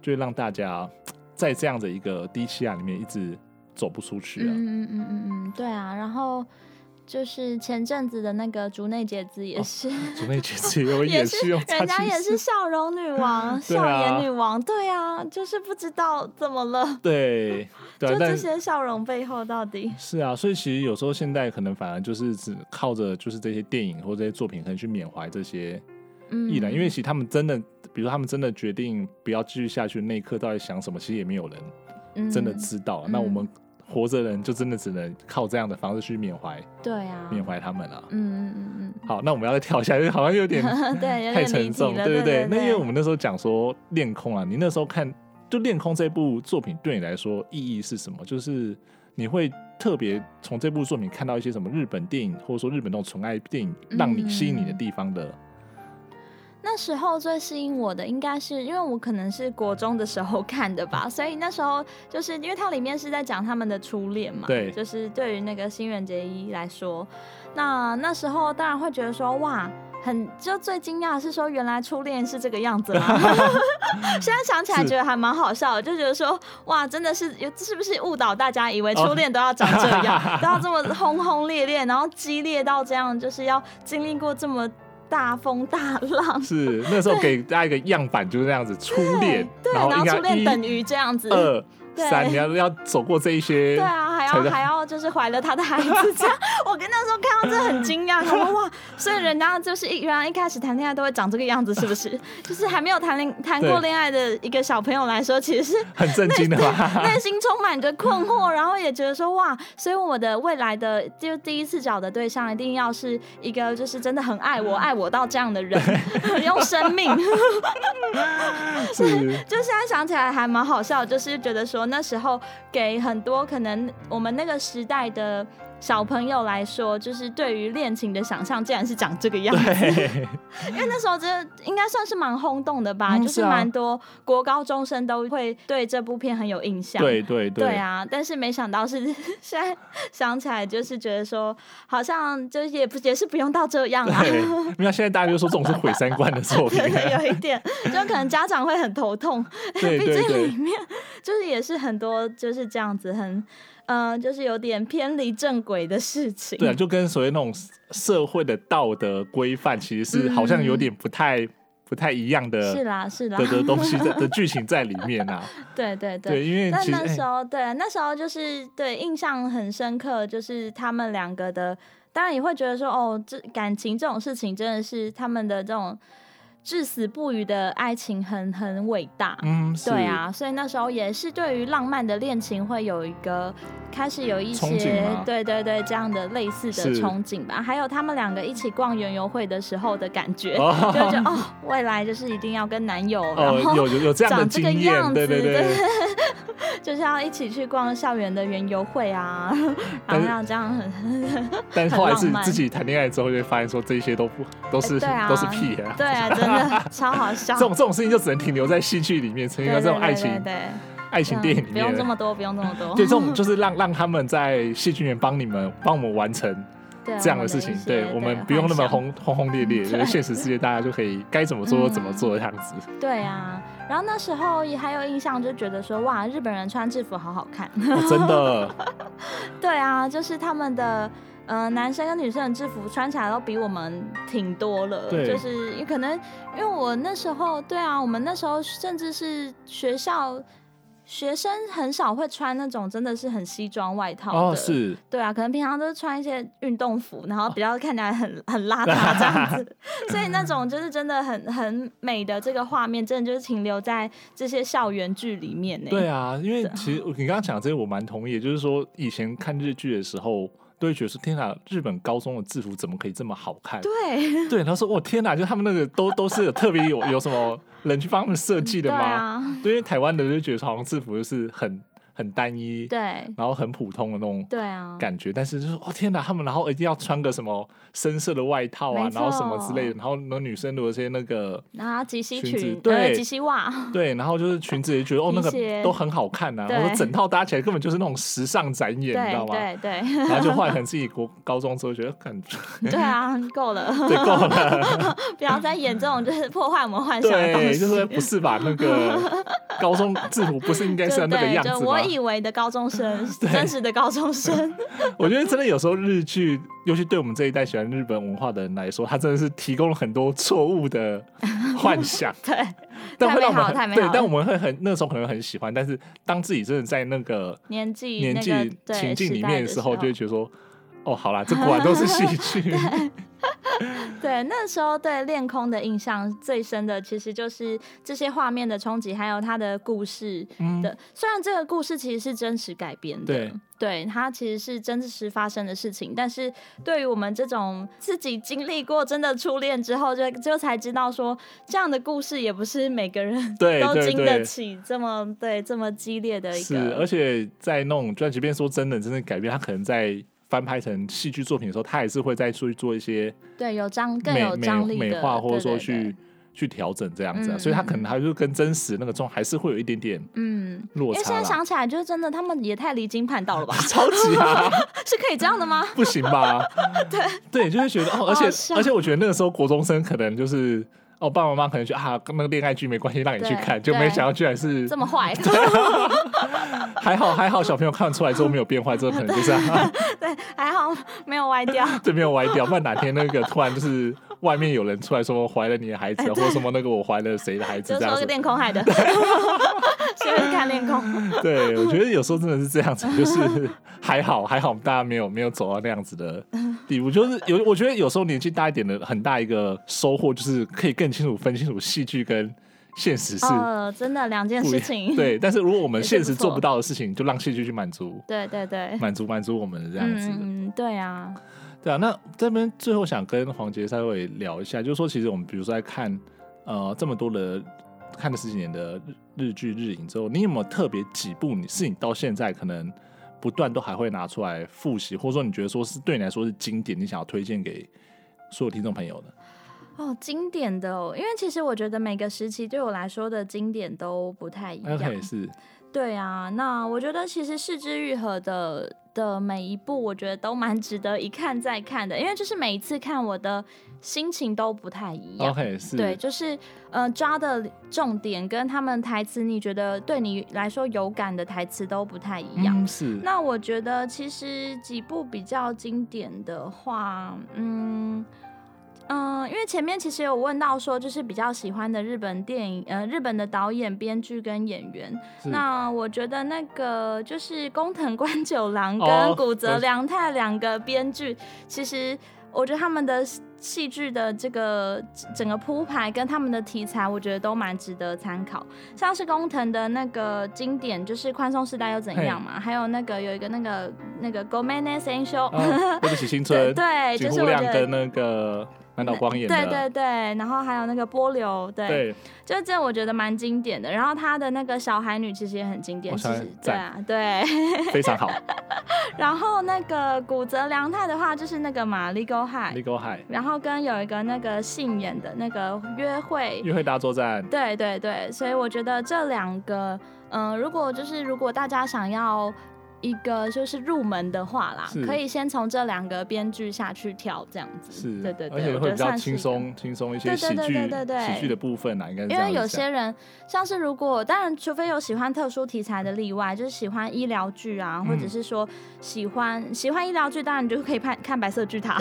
Speaker 1: 就会让大家在这样的一个低气压里面一直走不出去 啊。
Speaker 2: 嗯嗯嗯嗯嗯，对啊，然后。就是前阵子的那个竹内结子也是，
Speaker 1: 哦 竹内结子也有演
Speaker 2: 是
Speaker 1: 戏用
Speaker 2: 人家也是笑容女王、
Speaker 1: 对
Speaker 2: 笑
Speaker 1: 啊
Speaker 2: 颜女王，对啊，就是不知道怎么了，
Speaker 1: 对 对啊
Speaker 2: 就，这
Speaker 1: 但
Speaker 2: 些笑容背后到底，
Speaker 1: 是啊，所以其实有时候现在可能反而就是只靠着就是这些电影或这些作品，可能去缅怀这些
Speaker 2: 嗯，
Speaker 1: 艺人，因为其实他们真的，比如说他们真的决定不要继续下去，那一刻到底想什么，其实也没有人
Speaker 2: 嗯
Speaker 1: 真的知道。那我们活着人就真的只能靠这样的方式去缅怀
Speaker 2: 对啊，
Speaker 1: 缅怀他们了。
Speaker 2: 嗯嗯嗯
Speaker 1: 好，那我们要再跳一下，因为好像有 点
Speaker 2: 嗯，对，有
Speaker 1: 太
Speaker 2: 点离
Speaker 1: 沉
Speaker 2: 题
Speaker 1: 重，
Speaker 2: 了，
Speaker 1: 对
Speaker 2: 对
Speaker 1: 对。那因为我
Speaker 2: 们
Speaker 1: 们那时候讲说《恋空》啊，你那时候看就《恋空》这部作品对你来说意义是什么？就是你会特别从这部作品看到一些什么日本电影，或者说日本那种纯爱电影，让你吸引你的地方的？
Speaker 2: 那时候最吸引我的，应该是因为我可能是国中的时候 看的吧，所以那时候就是因为它里面是在讲他们的初恋嘛，
Speaker 1: 对
Speaker 2: 就是对于那个新垣结衣来说，那那时候当然会觉得说哇。很就最惊讶的是说，原来初恋是这个样子吗？ 现在想起来
Speaker 1: 是
Speaker 2: 觉得还蛮好笑的，就觉得说哇，真的是有是不是误导大家以为
Speaker 1: 哦
Speaker 2: 初恋都要长这样， 都要这么轰轰烈烈，然后激烈到这样，就是要经历过这么大风大 浪，
Speaker 1: 是那时候给大家一个样板，就是那样子初恋，
Speaker 2: 对，
Speaker 1: 然后
Speaker 2: 然
Speaker 1: 应
Speaker 2: 后初
Speaker 1: 该
Speaker 2: 恋等
Speaker 1: 一、
Speaker 2: 于这样子，
Speaker 1: 二、
Speaker 2: 对
Speaker 1: 三，你要要走过这一些，
Speaker 2: 对啊，还
Speaker 1: 才
Speaker 2: 要
Speaker 1: 叫
Speaker 2: 还要就是怀了他的孩子，这样， 我跟那时候看到这很惊讶，想说哇，所以人家就是一原来一开始谈恋爱都会长这个样子，是不是？ 就是还没有谈恋谈过
Speaker 1: 对
Speaker 2: 恋爱的一个小朋友来说，其实是
Speaker 1: 很震惊的吧？
Speaker 2: 内心充满着困惑，然后也觉得说哇，所以我的未来的就第一次找的对象一定要是一个就是真的很爱我、爱我到这样的人， 用生命。
Speaker 1: 是，
Speaker 2: 就现在想起来还蛮好笑，就是觉得说那时候给很多可能我们那个时代的小朋友来说，就是对于恋情的想象竟然是长这个样子，
Speaker 1: 对，
Speaker 2: 因为那时候真的应该算是蛮轰动的吧，
Speaker 1: 嗯
Speaker 2: 就是是
Speaker 1: 啊
Speaker 2: 蛮多国高中生都会对这部片很有印象。
Speaker 1: 对对对，
Speaker 2: 对啊，但是没想到是 现在想起来，就是觉得说好像就是也不也是不用到这样啊，
Speaker 1: 对，因为现在大家就说这种是毁三观的作品，
Speaker 2: 对，有一点，就可能家长会很头痛，
Speaker 1: 对
Speaker 2: 毕
Speaker 1: 对
Speaker 2: 竟
Speaker 1: 对
Speaker 2: 里。面就是也是很多就是这样子很，呃，就是有点偏离正轨的事情。
Speaker 1: 对啊，就跟所谓那种社社会的道德规范，其实是好像有点不太、不太一样的
Speaker 2: 嗯是啦是啦
Speaker 1: 的，的东西在的剧情在里面啊。
Speaker 2: 对对 对。
Speaker 1: 对，因为
Speaker 2: 但
Speaker 1: 其实
Speaker 2: 那
Speaker 1: 哎
Speaker 2: 时候，对那时候就是对印象很深刻，就是他们两个的，当然也会觉得说，哦，这感情这种事情真的是他们的这种至死不渝的爱情很很伟大。
Speaker 1: 嗯，是
Speaker 2: 对，啊，所以那时候也是对于浪漫的恋情会有一个开始有一
Speaker 1: 憧憬
Speaker 2: 些
Speaker 1: 吗
Speaker 2: 对对对这样的类似的
Speaker 1: 是
Speaker 2: 憧憬吧，还有他们两个一起逛园游会的时候的感觉，
Speaker 1: 哦
Speaker 2: 就会觉得哦，未来就是一定要跟男友，
Speaker 1: 哦
Speaker 2: 然，后
Speaker 1: 有有有这样的
Speaker 2: 长这个
Speaker 1: 经验，
Speaker 2: 样
Speaker 1: 对对
Speaker 2: 子
Speaker 1: 对，
Speaker 2: 就是要一起去逛校园的园游会啊，然
Speaker 1: 但
Speaker 2: 后
Speaker 1: 是
Speaker 2: 让这样很
Speaker 1: 但是后来
Speaker 2: 很
Speaker 1: 是
Speaker 2: 浪漫
Speaker 1: 自己谈恋爱之后，就会发现说这些都不都是、
Speaker 2: 对啊
Speaker 1: 都是屁啊。
Speaker 2: 对啊，真 的超好笑
Speaker 1: 这。种这种事情就只能停留在戏剧里面，曾经在
Speaker 2: 对对
Speaker 1: 这种爱
Speaker 2: 对
Speaker 1: 情
Speaker 2: 对对，
Speaker 1: 爱情电影里
Speaker 2: 不用这
Speaker 1: 面。
Speaker 2: 么多，不用这么多。
Speaker 1: 对，这种就是让让他们在戏剧里面帮你们帮我们完成
Speaker 2: 对啊
Speaker 1: 这样
Speaker 2: 我
Speaker 1: 的
Speaker 2: 们
Speaker 1: 事情
Speaker 2: 一，些
Speaker 1: 对我们不用那么。轰轰轰烈烈，就是现实世界大家就可以该怎么做就怎么做的样子。
Speaker 2: 幻想对啊，然后那时候也还有印象，就觉得说哇，日本人穿制服好好看。
Speaker 1: 哦真的，
Speaker 2: 对啊，就是他们的。呃，男生跟女生的制服穿起来都比我们挺多了，
Speaker 1: 对
Speaker 2: 就是也可能因为我那时候，对啊，我们那时候甚至是学校学生很少会穿那种真的是很西装外套的，
Speaker 1: 哦，是
Speaker 2: 对啊，可能平常都是穿一些运动服，然后
Speaker 1: 哦
Speaker 2: 比较看起来很 很邋遢这样子，所以那种就是真的很很美的这个画面，真的就是停留在这些校园剧里面呢。
Speaker 1: 对啊，因为其
Speaker 2: 哦
Speaker 1: 实你刚刚讲这些，我蛮同意的。就是说，以前看日剧的时候，都会觉得说：“天哪，日本高中的制服怎么可以这么好看？”
Speaker 2: 对啊
Speaker 1: 对，然后说：“我天哪，就他们那个都都是有特别有有什么人去帮他们设计的
Speaker 2: 对
Speaker 1: 吗？”
Speaker 2: 啊，
Speaker 1: 对，因为台湾的就觉得好像制服就是很很单一，
Speaker 2: 对
Speaker 1: 然后很普通的那种
Speaker 2: 对啊，
Speaker 1: 感觉。但是就是哦天哪，他们然后一定要穿个什么深色的外套啊
Speaker 2: 没，
Speaker 1: 然后什么之
Speaker 2: 错
Speaker 1: 类的，然后那女生的有些那个
Speaker 2: 然后及膝
Speaker 1: 裙子
Speaker 2: 裙，
Speaker 1: 对
Speaker 2: 呃及膝袜，
Speaker 1: 对，然后就是裙子也觉得哦那
Speaker 2: 皮
Speaker 1: 个
Speaker 2: 鞋
Speaker 1: 都很好看呐、啊，然后
Speaker 2: 对
Speaker 1: 整套搭起来根本就是那种时尚展演，你知道
Speaker 2: 对
Speaker 1: 吗？
Speaker 2: 对对
Speaker 1: 然后就换成自己国高中之后觉得感觉
Speaker 2: 对 啊，够了，
Speaker 1: 对够了，
Speaker 2: 不要再演这种就是破坏我们幻 想的东
Speaker 1: 对，
Speaker 2: 西。
Speaker 1: 就是不是吧？那个高中制服不是应该是要
Speaker 2: 对
Speaker 1: 那个
Speaker 2: 对，
Speaker 1: 样
Speaker 2: 就
Speaker 1: 子
Speaker 2: 我
Speaker 1: 吗？
Speaker 2: 以为的高 中生，真实的高中生，
Speaker 1: 我觉得真的有时候日剧，尤其对我们这一代喜欢日本文化的人来说，它真的是提供了很多错误的幻 想，
Speaker 2: 对，
Speaker 1: 但会
Speaker 2: 太美
Speaker 1: 让我们
Speaker 2: 好了太
Speaker 1: 很
Speaker 2: 美
Speaker 1: 对
Speaker 2: 好，
Speaker 1: 但
Speaker 2: 了
Speaker 1: 我们会很那时候可能很喜欢，但是当自己真的在那个
Speaker 2: 年纪
Speaker 1: 年纪、
Speaker 2: 那个对
Speaker 1: 情境里
Speaker 2: 时代
Speaker 1: 面的
Speaker 2: 的
Speaker 1: 时
Speaker 2: 时
Speaker 1: 候，就会觉得说，哦，好啦，这果然都是 戏剧，
Speaker 2: 对，那时候对恋空的印象最深的，其实就是这些画面的冲击，还有它的故事
Speaker 1: 嗯
Speaker 2: 的。虽然这个故事其实是真实改编的，
Speaker 1: 对
Speaker 2: 它其实是真实发生的事情，但是对于我们这种自己经历过真的初恋之后，就就才知道说，这样的故事也不是每个人
Speaker 1: 对
Speaker 2: 都
Speaker 1: 对
Speaker 2: 经得
Speaker 1: 对，
Speaker 2: 起这么对这么激烈的一
Speaker 1: 是，
Speaker 2: 个
Speaker 1: 而。且在那种，就即便说真的真的改编，它可能在。翻拍成戏剧作品的时候，它还是会再去做一些
Speaker 2: 对，有张更
Speaker 1: 美
Speaker 2: 有张
Speaker 1: 美
Speaker 2: 力的
Speaker 1: 美化，或者
Speaker 2: 对
Speaker 1: 说
Speaker 2: 对
Speaker 1: 去
Speaker 2: 对
Speaker 1: 去调整这样子、啊，
Speaker 2: 嗯
Speaker 1: 所以它可
Speaker 2: 嗯
Speaker 1: 能
Speaker 2: 嗯
Speaker 1: 还是跟真实那个状还是会有一点点
Speaker 2: 嗯，
Speaker 1: 落
Speaker 2: 因为现
Speaker 1: 差
Speaker 2: 在
Speaker 1: 啦。
Speaker 2: 想起来，就是真的，他们也太离经叛道了吧？
Speaker 1: 超级啊，
Speaker 2: 是可以这样 的吗？
Speaker 1: 不行 吧？对对，就会觉得哦，而
Speaker 2: 好
Speaker 1: 且
Speaker 2: 笑
Speaker 1: 而且，我觉得那个时候国中生可能就是哦，爸爸妈妈可能觉得啊，跟那个恋爱剧没关系，让你去
Speaker 2: 对
Speaker 1: 看，就没
Speaker 2: 对
Speaker 1: 想到居然是
Speaker 2: 这么坏，
Speaker 1: 啊还好还好，小朋友看出来之后没有变坏，之后可能就是、啊、
Speaker 2: 对， 还好没有歪掉。
Speaker 1: 这边有歪掉，不然哪天那个突然就是外面有人出来说我怀了你的孩子，啊或者什么那个我怀了谁的孩子
Speaker 2: 就
Speaker 1: 这
Speaker 2: 是
Speaker 1: 样
Speaker 2: 说
Speaker 1: 子，
Speaker 2: 练空海 的，是因为看练空。
Speaker 1: 对，我觉得有时候真的是这样子，就是还 好还好，大家没有没有走到那样子的地步。就是有，我觉得有时候年纪大一点的，很大一个收获就是可以更清楚分清楚戏剧跟现实 是
Speaker 2: 哦，真的两件
Speaker 1: 不一
Speaker 2: 事
Speaker 1: 样。
Speaker 2: 情。
Speaker 1: 对，但是如果我们
Speaker 2: 也是
Speaker 1: 现
Speaker 2: 不
Speaker 1: 实做
Speaker 2: 错
Speaker 1: 不到的事情，就让戏剧去满足
Speaker 2: 对对对，
Speaker 1: 满足满足我们这样子。
Speaker 2: 嗯嗯，对啊，
Speaker 1: 对啊，那这边最后想跟黄杰稍微聊一下，就是说，其实我们比如说在看呃这么多的看了十几年的日日剧、日影之后，你有没有特别几部你是你到现在可能不断都还会拿出来复习，或者说你觉得说是对你来说是经典，你想要推荐给所有听众朋友的？
Speaker 2: 哦，经典的哦，因为其实我觉得每个时期对我来说的经典都不太一样。
Speaker 1: OK，是
Speaker 2: 对啊，那我觉得其实《四之愈合》的的每一部，我觉得都蛮 值得一看再看的，因为就是每一次看我的心情都不太一样。
Speaker 1: OK，是哦
Speaker 2: 对，就是呃抓的重点跟他们台词，你觉得对你来说有感的台词都不太一样。
Speaker 1: 嗯是
Speaker 2: 那我觉得其实几部比较经典的话，嗯。嗯，因为前面其实有问到说，就是比较喜欢的日本电影，呃，日本的导演、编剧跟演员。
Speaker 1: 是
Speaker 2: 那我觉得那个就是工藤官九郎
Speaker 1: 哦
Speaker 2: 跟古
Speaker 1: 对
Speaker 2: 泽良太两个编剧，其实我觉得他们的戏剧的这个整个铺排跟他们的题材，我觉得都蛮值得参考。像是工藤的那个经典就是《宽松时代又怎样》嘛，还有那个有一个那个那个《Gomenes and Show》
Speaker 1: 啊，对不起，青
Speaker 2: 对
Speaker 1: 春，
Speaker 2: 对，
Speaker 1: 井
Speaker 2: 就是
Speaker 1: 户
Speaker 2: 我
Speaker 1: 亮
Speaker 2: 觉得
Speaker 1: 跟那个满岛光演的，
Speaker 2: 对对对，然后还有那个波流，对，
Speaker 1: 对
Speaker 2: 就这我觉得蛮经典的。然后他的那个小海女其实也很经典，
Speaker 1: 哦
Speaker 2: 其
Speaker 1: 小海
Speaker 2: 实对
Speaker 1: 赞
Speaker 2: 啊，对。
Speaker 1: 非常好。
Speaker 2: 然后那个古泽良太的话，就是那个嘛《Legal High》，
Speaker 1: Legal High
Speaker 2: 然后跟有一个那个信演的那个约会，
Speaker 1: 约会大作战，
Speaker 2: 对对对，所以我觉得这两个，嗯、如果就是如果大家想要。一个就是入门的话啦
Speaker 1: 是，
Speaker 2: 可以先从这两个编剧下去跳，这样子。
Speaker 1: 是，啊
Speaker 2: 对对
Speaker 1: 而且
Speaker 2: 对，我觉
Speaker 1: 会
Speaker 2: 得
Speaker 1: 比较
Speaker 2: 算是一
Speaker 1: 轻
Speaker 2: 个
Speaker 1: 松，轻松一些
Speaker 2: 对
Speaker 1: 喜
Speaker 2: 对对
Speaker 1: 剧
Speaker 2: 对对对
Speaker 1: 喜剧的部分啊啦，应该是这
Speaker 2: 因
Speaker 1: 样
Speaker 2: 为
Speaker 1: 子
Speaker 2: 有
Speaker 1: 讲
Speaker 2: 些人，像是如果当然，除非有喜欢特殊题材的例外，就是喜欢医疗剧啊，
Speaker 1: 嗯
Speaker 2: 或者是说喜欢喜欢医疗剧，当然你就可以看看白色 巨塔，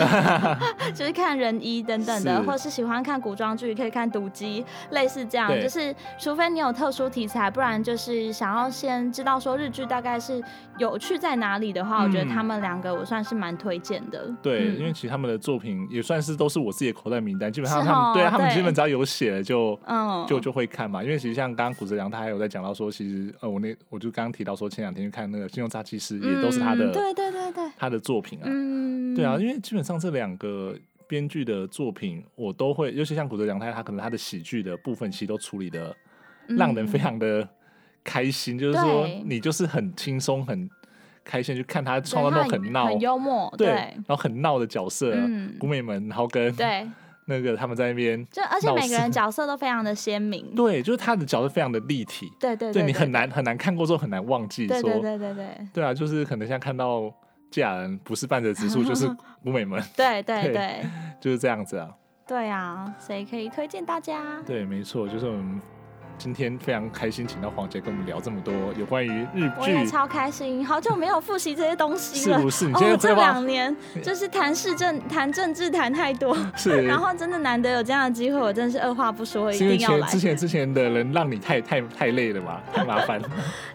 Speaker 2: 就是看人医等等的，
Speaker 1: 是
Speaker 2: 或是喜欢看古装剧，可以看毒鸡，类似这样。
Speaker 1: 对
Speaker 2: 就是除非你有特殊题材，不然就是想要先知道说日剧大概是有趣在哪里的话，我觉得
Speaker 1: 嗯
Speaker 2: 他们两个我算是蛮推荐的。
Speaker 1: 对，
Speaker 2: 嗯
Speaker 1: 因为其实他们的作品也算是都是我自己的口袋名单，基本上
Speaker 2: 是
Speaker 1: 他们、
Speaker 2: 哦
Speaker 1: 对他们
Speaker 2: 对
Speaker 1: 基本只要有写了就。
Speaker 2: 嗯，
Speaker 1: 就就会看嘛，因为其实像刚刚古泽良他还有在讲到说，其实呃我那我就刚刚提到说前两天去看那个《金融诈欺师》，也都是他的、
Speaker 2: 嗯对对对对，
Speaker 1: 他的作品啊，
Speaker 2: 嗯，
Speaker 1: 对啊，因为基本上这两个编剧的作品我都会，尤其像古泽良太，他可能他的喜剧的部分其实都处理的
Speaker 2: 嗯，
Speaker 1: 让人非常的开心，就是说
Speaker 2: 对
Speaker 1: 你就是很轻松很开心去看他创造那种
Speaker 2: 对
Speaker 1: 很闹
Speaker 2: 很幽默，
Speaker 1: 对，
Speaker 2: 对
Speaker 1: 然后很闹的角色，啊
Speaker 2: 嗯
Speaker 1: 古美门，然后跟
Speaker 2: 对，
Speaker 1: 那个他们在那边，
Speaker 2: 就而且
Speaker 1: 闹
Speaker 2: 每个
Speaker 1: 事
Speaker 2: 人角色都非常的鲜明，
Speaker 1: 对，就是他的角色非常的立体，
Speaker 2: 对对
Speaker 1: 你很，难很难看过之后很难忘记
Speaker 2: 对
Speaker 1: 说，
Speaker 2: 对对对对
Speaker 1: 对啊，就是可能像看到嫁人不是半泽直 树就是古美门，
Speaker 2: 对对
Speaker 1: 对
Speaker 2: 对
Speaker 1: 就是这样子啊，
Speaker 2: 对啊，所以可以推荐大家。
Speaker 1: 对，没错，就是我们今天非常开心，请到黄姐跟我们聊这么多有关于日
Speaker 2: 我也
Speaker 1: 剧。
Speaker 2: 超开心，好久没有复习这些东西
Speaker 1: 是
Speaker 2: 了。
Speaker 1: 不是？你今
Speaker 2: 哦
Speaker 1: 天，
Speaker 2: 这
Speaker 1: 会吧？
Speaker 2: 两年就是谈市政、谈政治谈太多，
Speaker 1: 是，
Speaker 2: 然后真的难得有这样的机会，我真的是二话不说，一
Speaker 1: 是因为
Speaker 2: 定要
Speaker 1: 前
Speaker 2: 来
Speaker 1: 之。前之前的人让你太太太累了嘛，太麻 烦。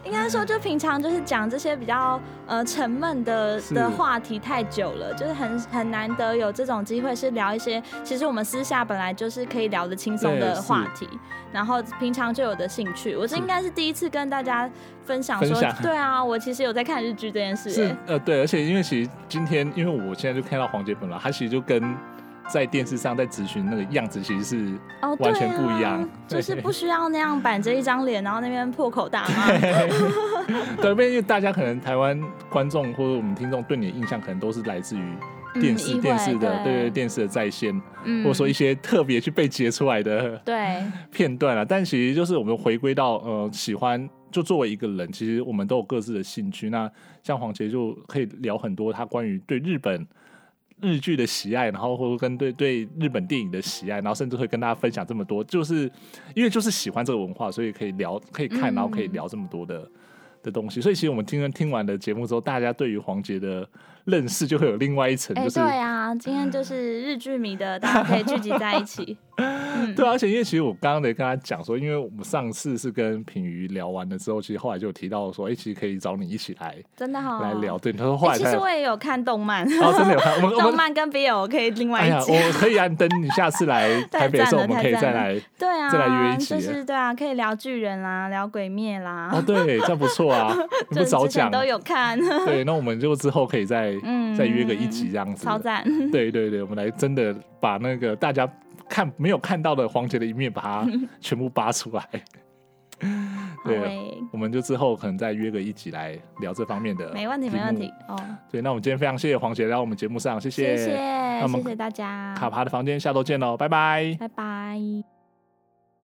Speaker 2: 应该说，就平常就是讲这些比较呃沉闷的
Speaker 1: 是
Speaker 2: 的话题太久了，就是很很难得有这种机会是聊一些其实我们私下本来就是可以聊的轻松
Speaker 1: 对
Speaker 2: 的
Speaker 1: 是
Speaker 2: 话题，然后平常就有的兴趣。我这
Speaker 1: 是
Speaker 2: 应该是第一次跟大家分享
Speaker 1: 分
Speaker 2: 说，
Speaker 1: 享
Speaker 2: 对啊，我其实有在看日剧这件事、
Speaker 1: 是
Speaker 2: 欸
Speaker 1: 呃对，而且因为其实今天，因为我现在就看到黄杰本了，他其实就跟在电视上在咨询那个样子，其实是
Speaker 2: 哦，
Speaker 1: 完
Speaker 2: 对
Speaker 1: 全不一样
Speaker 2: 啊，就是
Speaker 1: 对
Speaker 2: 不需要那样板着一张脸，然后那边破口大骂。
Speaker 1: 对，因为大家可能台湾观众或者我们听众对你的印象，可能都是来自于电视、
Speaker 2: 嗯议会
Speaker 1: 电视的
Speaker 2: 对
Speaker 1: 对对电视的在线，
Speaker 2: 嗯，
Speaker 1: 或者说一些特别去被截出来的
Speaker 2: 对，
Speaker 1: 片段啊。但其实就是我们回归到呃，喜欢就作为一个人，其实我们都有各自的兴趣。那像黄杰就可以聊很多他关于对日本日剧的喜爱，然后或者跟对对日本电影的喜爱，然后甚至会跟大家分享这么多，就是因为就是喜欢这个文化，所以可以聊，可以看，
Speaker 2: 嗯
Speaker 1: 然后可以聊这么多的。的东西，所以其实我们听听完的节目之后，大家对于黄杰的认识就会有另外一层，
Speaker 2: 哎、
Speaker 1: 就是
Speaker 2: 对啊，今天就是日剧迷的，大家可以聚集在一 起。 嗯
Speaker 1: 对啊，而且因为其实我刚刚得跟他讲说，因为我们上次是跟品瑜聊完了之后，其实后来就有提到说，哎、其实可以找你一起来、
Speaker 2: 真的哈、
Speaker 1: 来聊。对，他说后来
Speaker 2: 哦欸其
Speaker 1: 才
Speaker 2: 实
Speaker 1: 有，
Speaker 2: 我也有看动漫，
Speaker 1: 哦，真的有看我 们我
Speaker 2: 动
Speaker 1: 们。
Speaker 2: 漫跟 BL 可以另外
Speaker 1: 哎
Speaker 2: 一
Speaker 1: 呀，
Speaker 2: 集。
Speaker 1: 我可以啊，等你下次来台北的时候，我 们
Speaker 2: 太赞了
Speaker 1: 可以
Speaker 2: 太
Speaker 1: 再
Speaker 2: 赞了
Speaker 1: 来。
Speaker 2: 对啊，
Speaker 1: 再来约一集
Speaker 2: 就是对啊，可以聊巨人啦，聊鬼灭啦，
Speaker 1: 哦，对，这样不错 啊，你不
Speaker 2: 就是
Speaker 1: 早
Speaker 2: 之前
Speaker 1: 讲。
Speaker 2: 都有看，
Speaker 1: 对，那我们就之后可以再
Speaker 2: 嗯
Speaker 1: 再约个一集这样子。
Speaker 2: 超赞。
Speaker 1: 对对对，我们来真的把那个大家看没有看到的黄杰的一面，把 它全部扒出来。
Speaker 2: 好
Speaker 1: 对，啊
Speaker 2: 诶，
Speaker 1: 我们就之后可能再约个一集来聊这方面的，
Speaker 2: 没问题，没问题。。哦，
Speaker 1: 对，那我们今天非常谢谢黄杰来到我们节目上，谢
Speaker 2: 谢谢，
Speaker 1: 那我们
Speaker 2: 谢谢大家，
Speaker 1: 卡爬的房间，下周见喽，拜拜。
Speaker 2: 拜拜。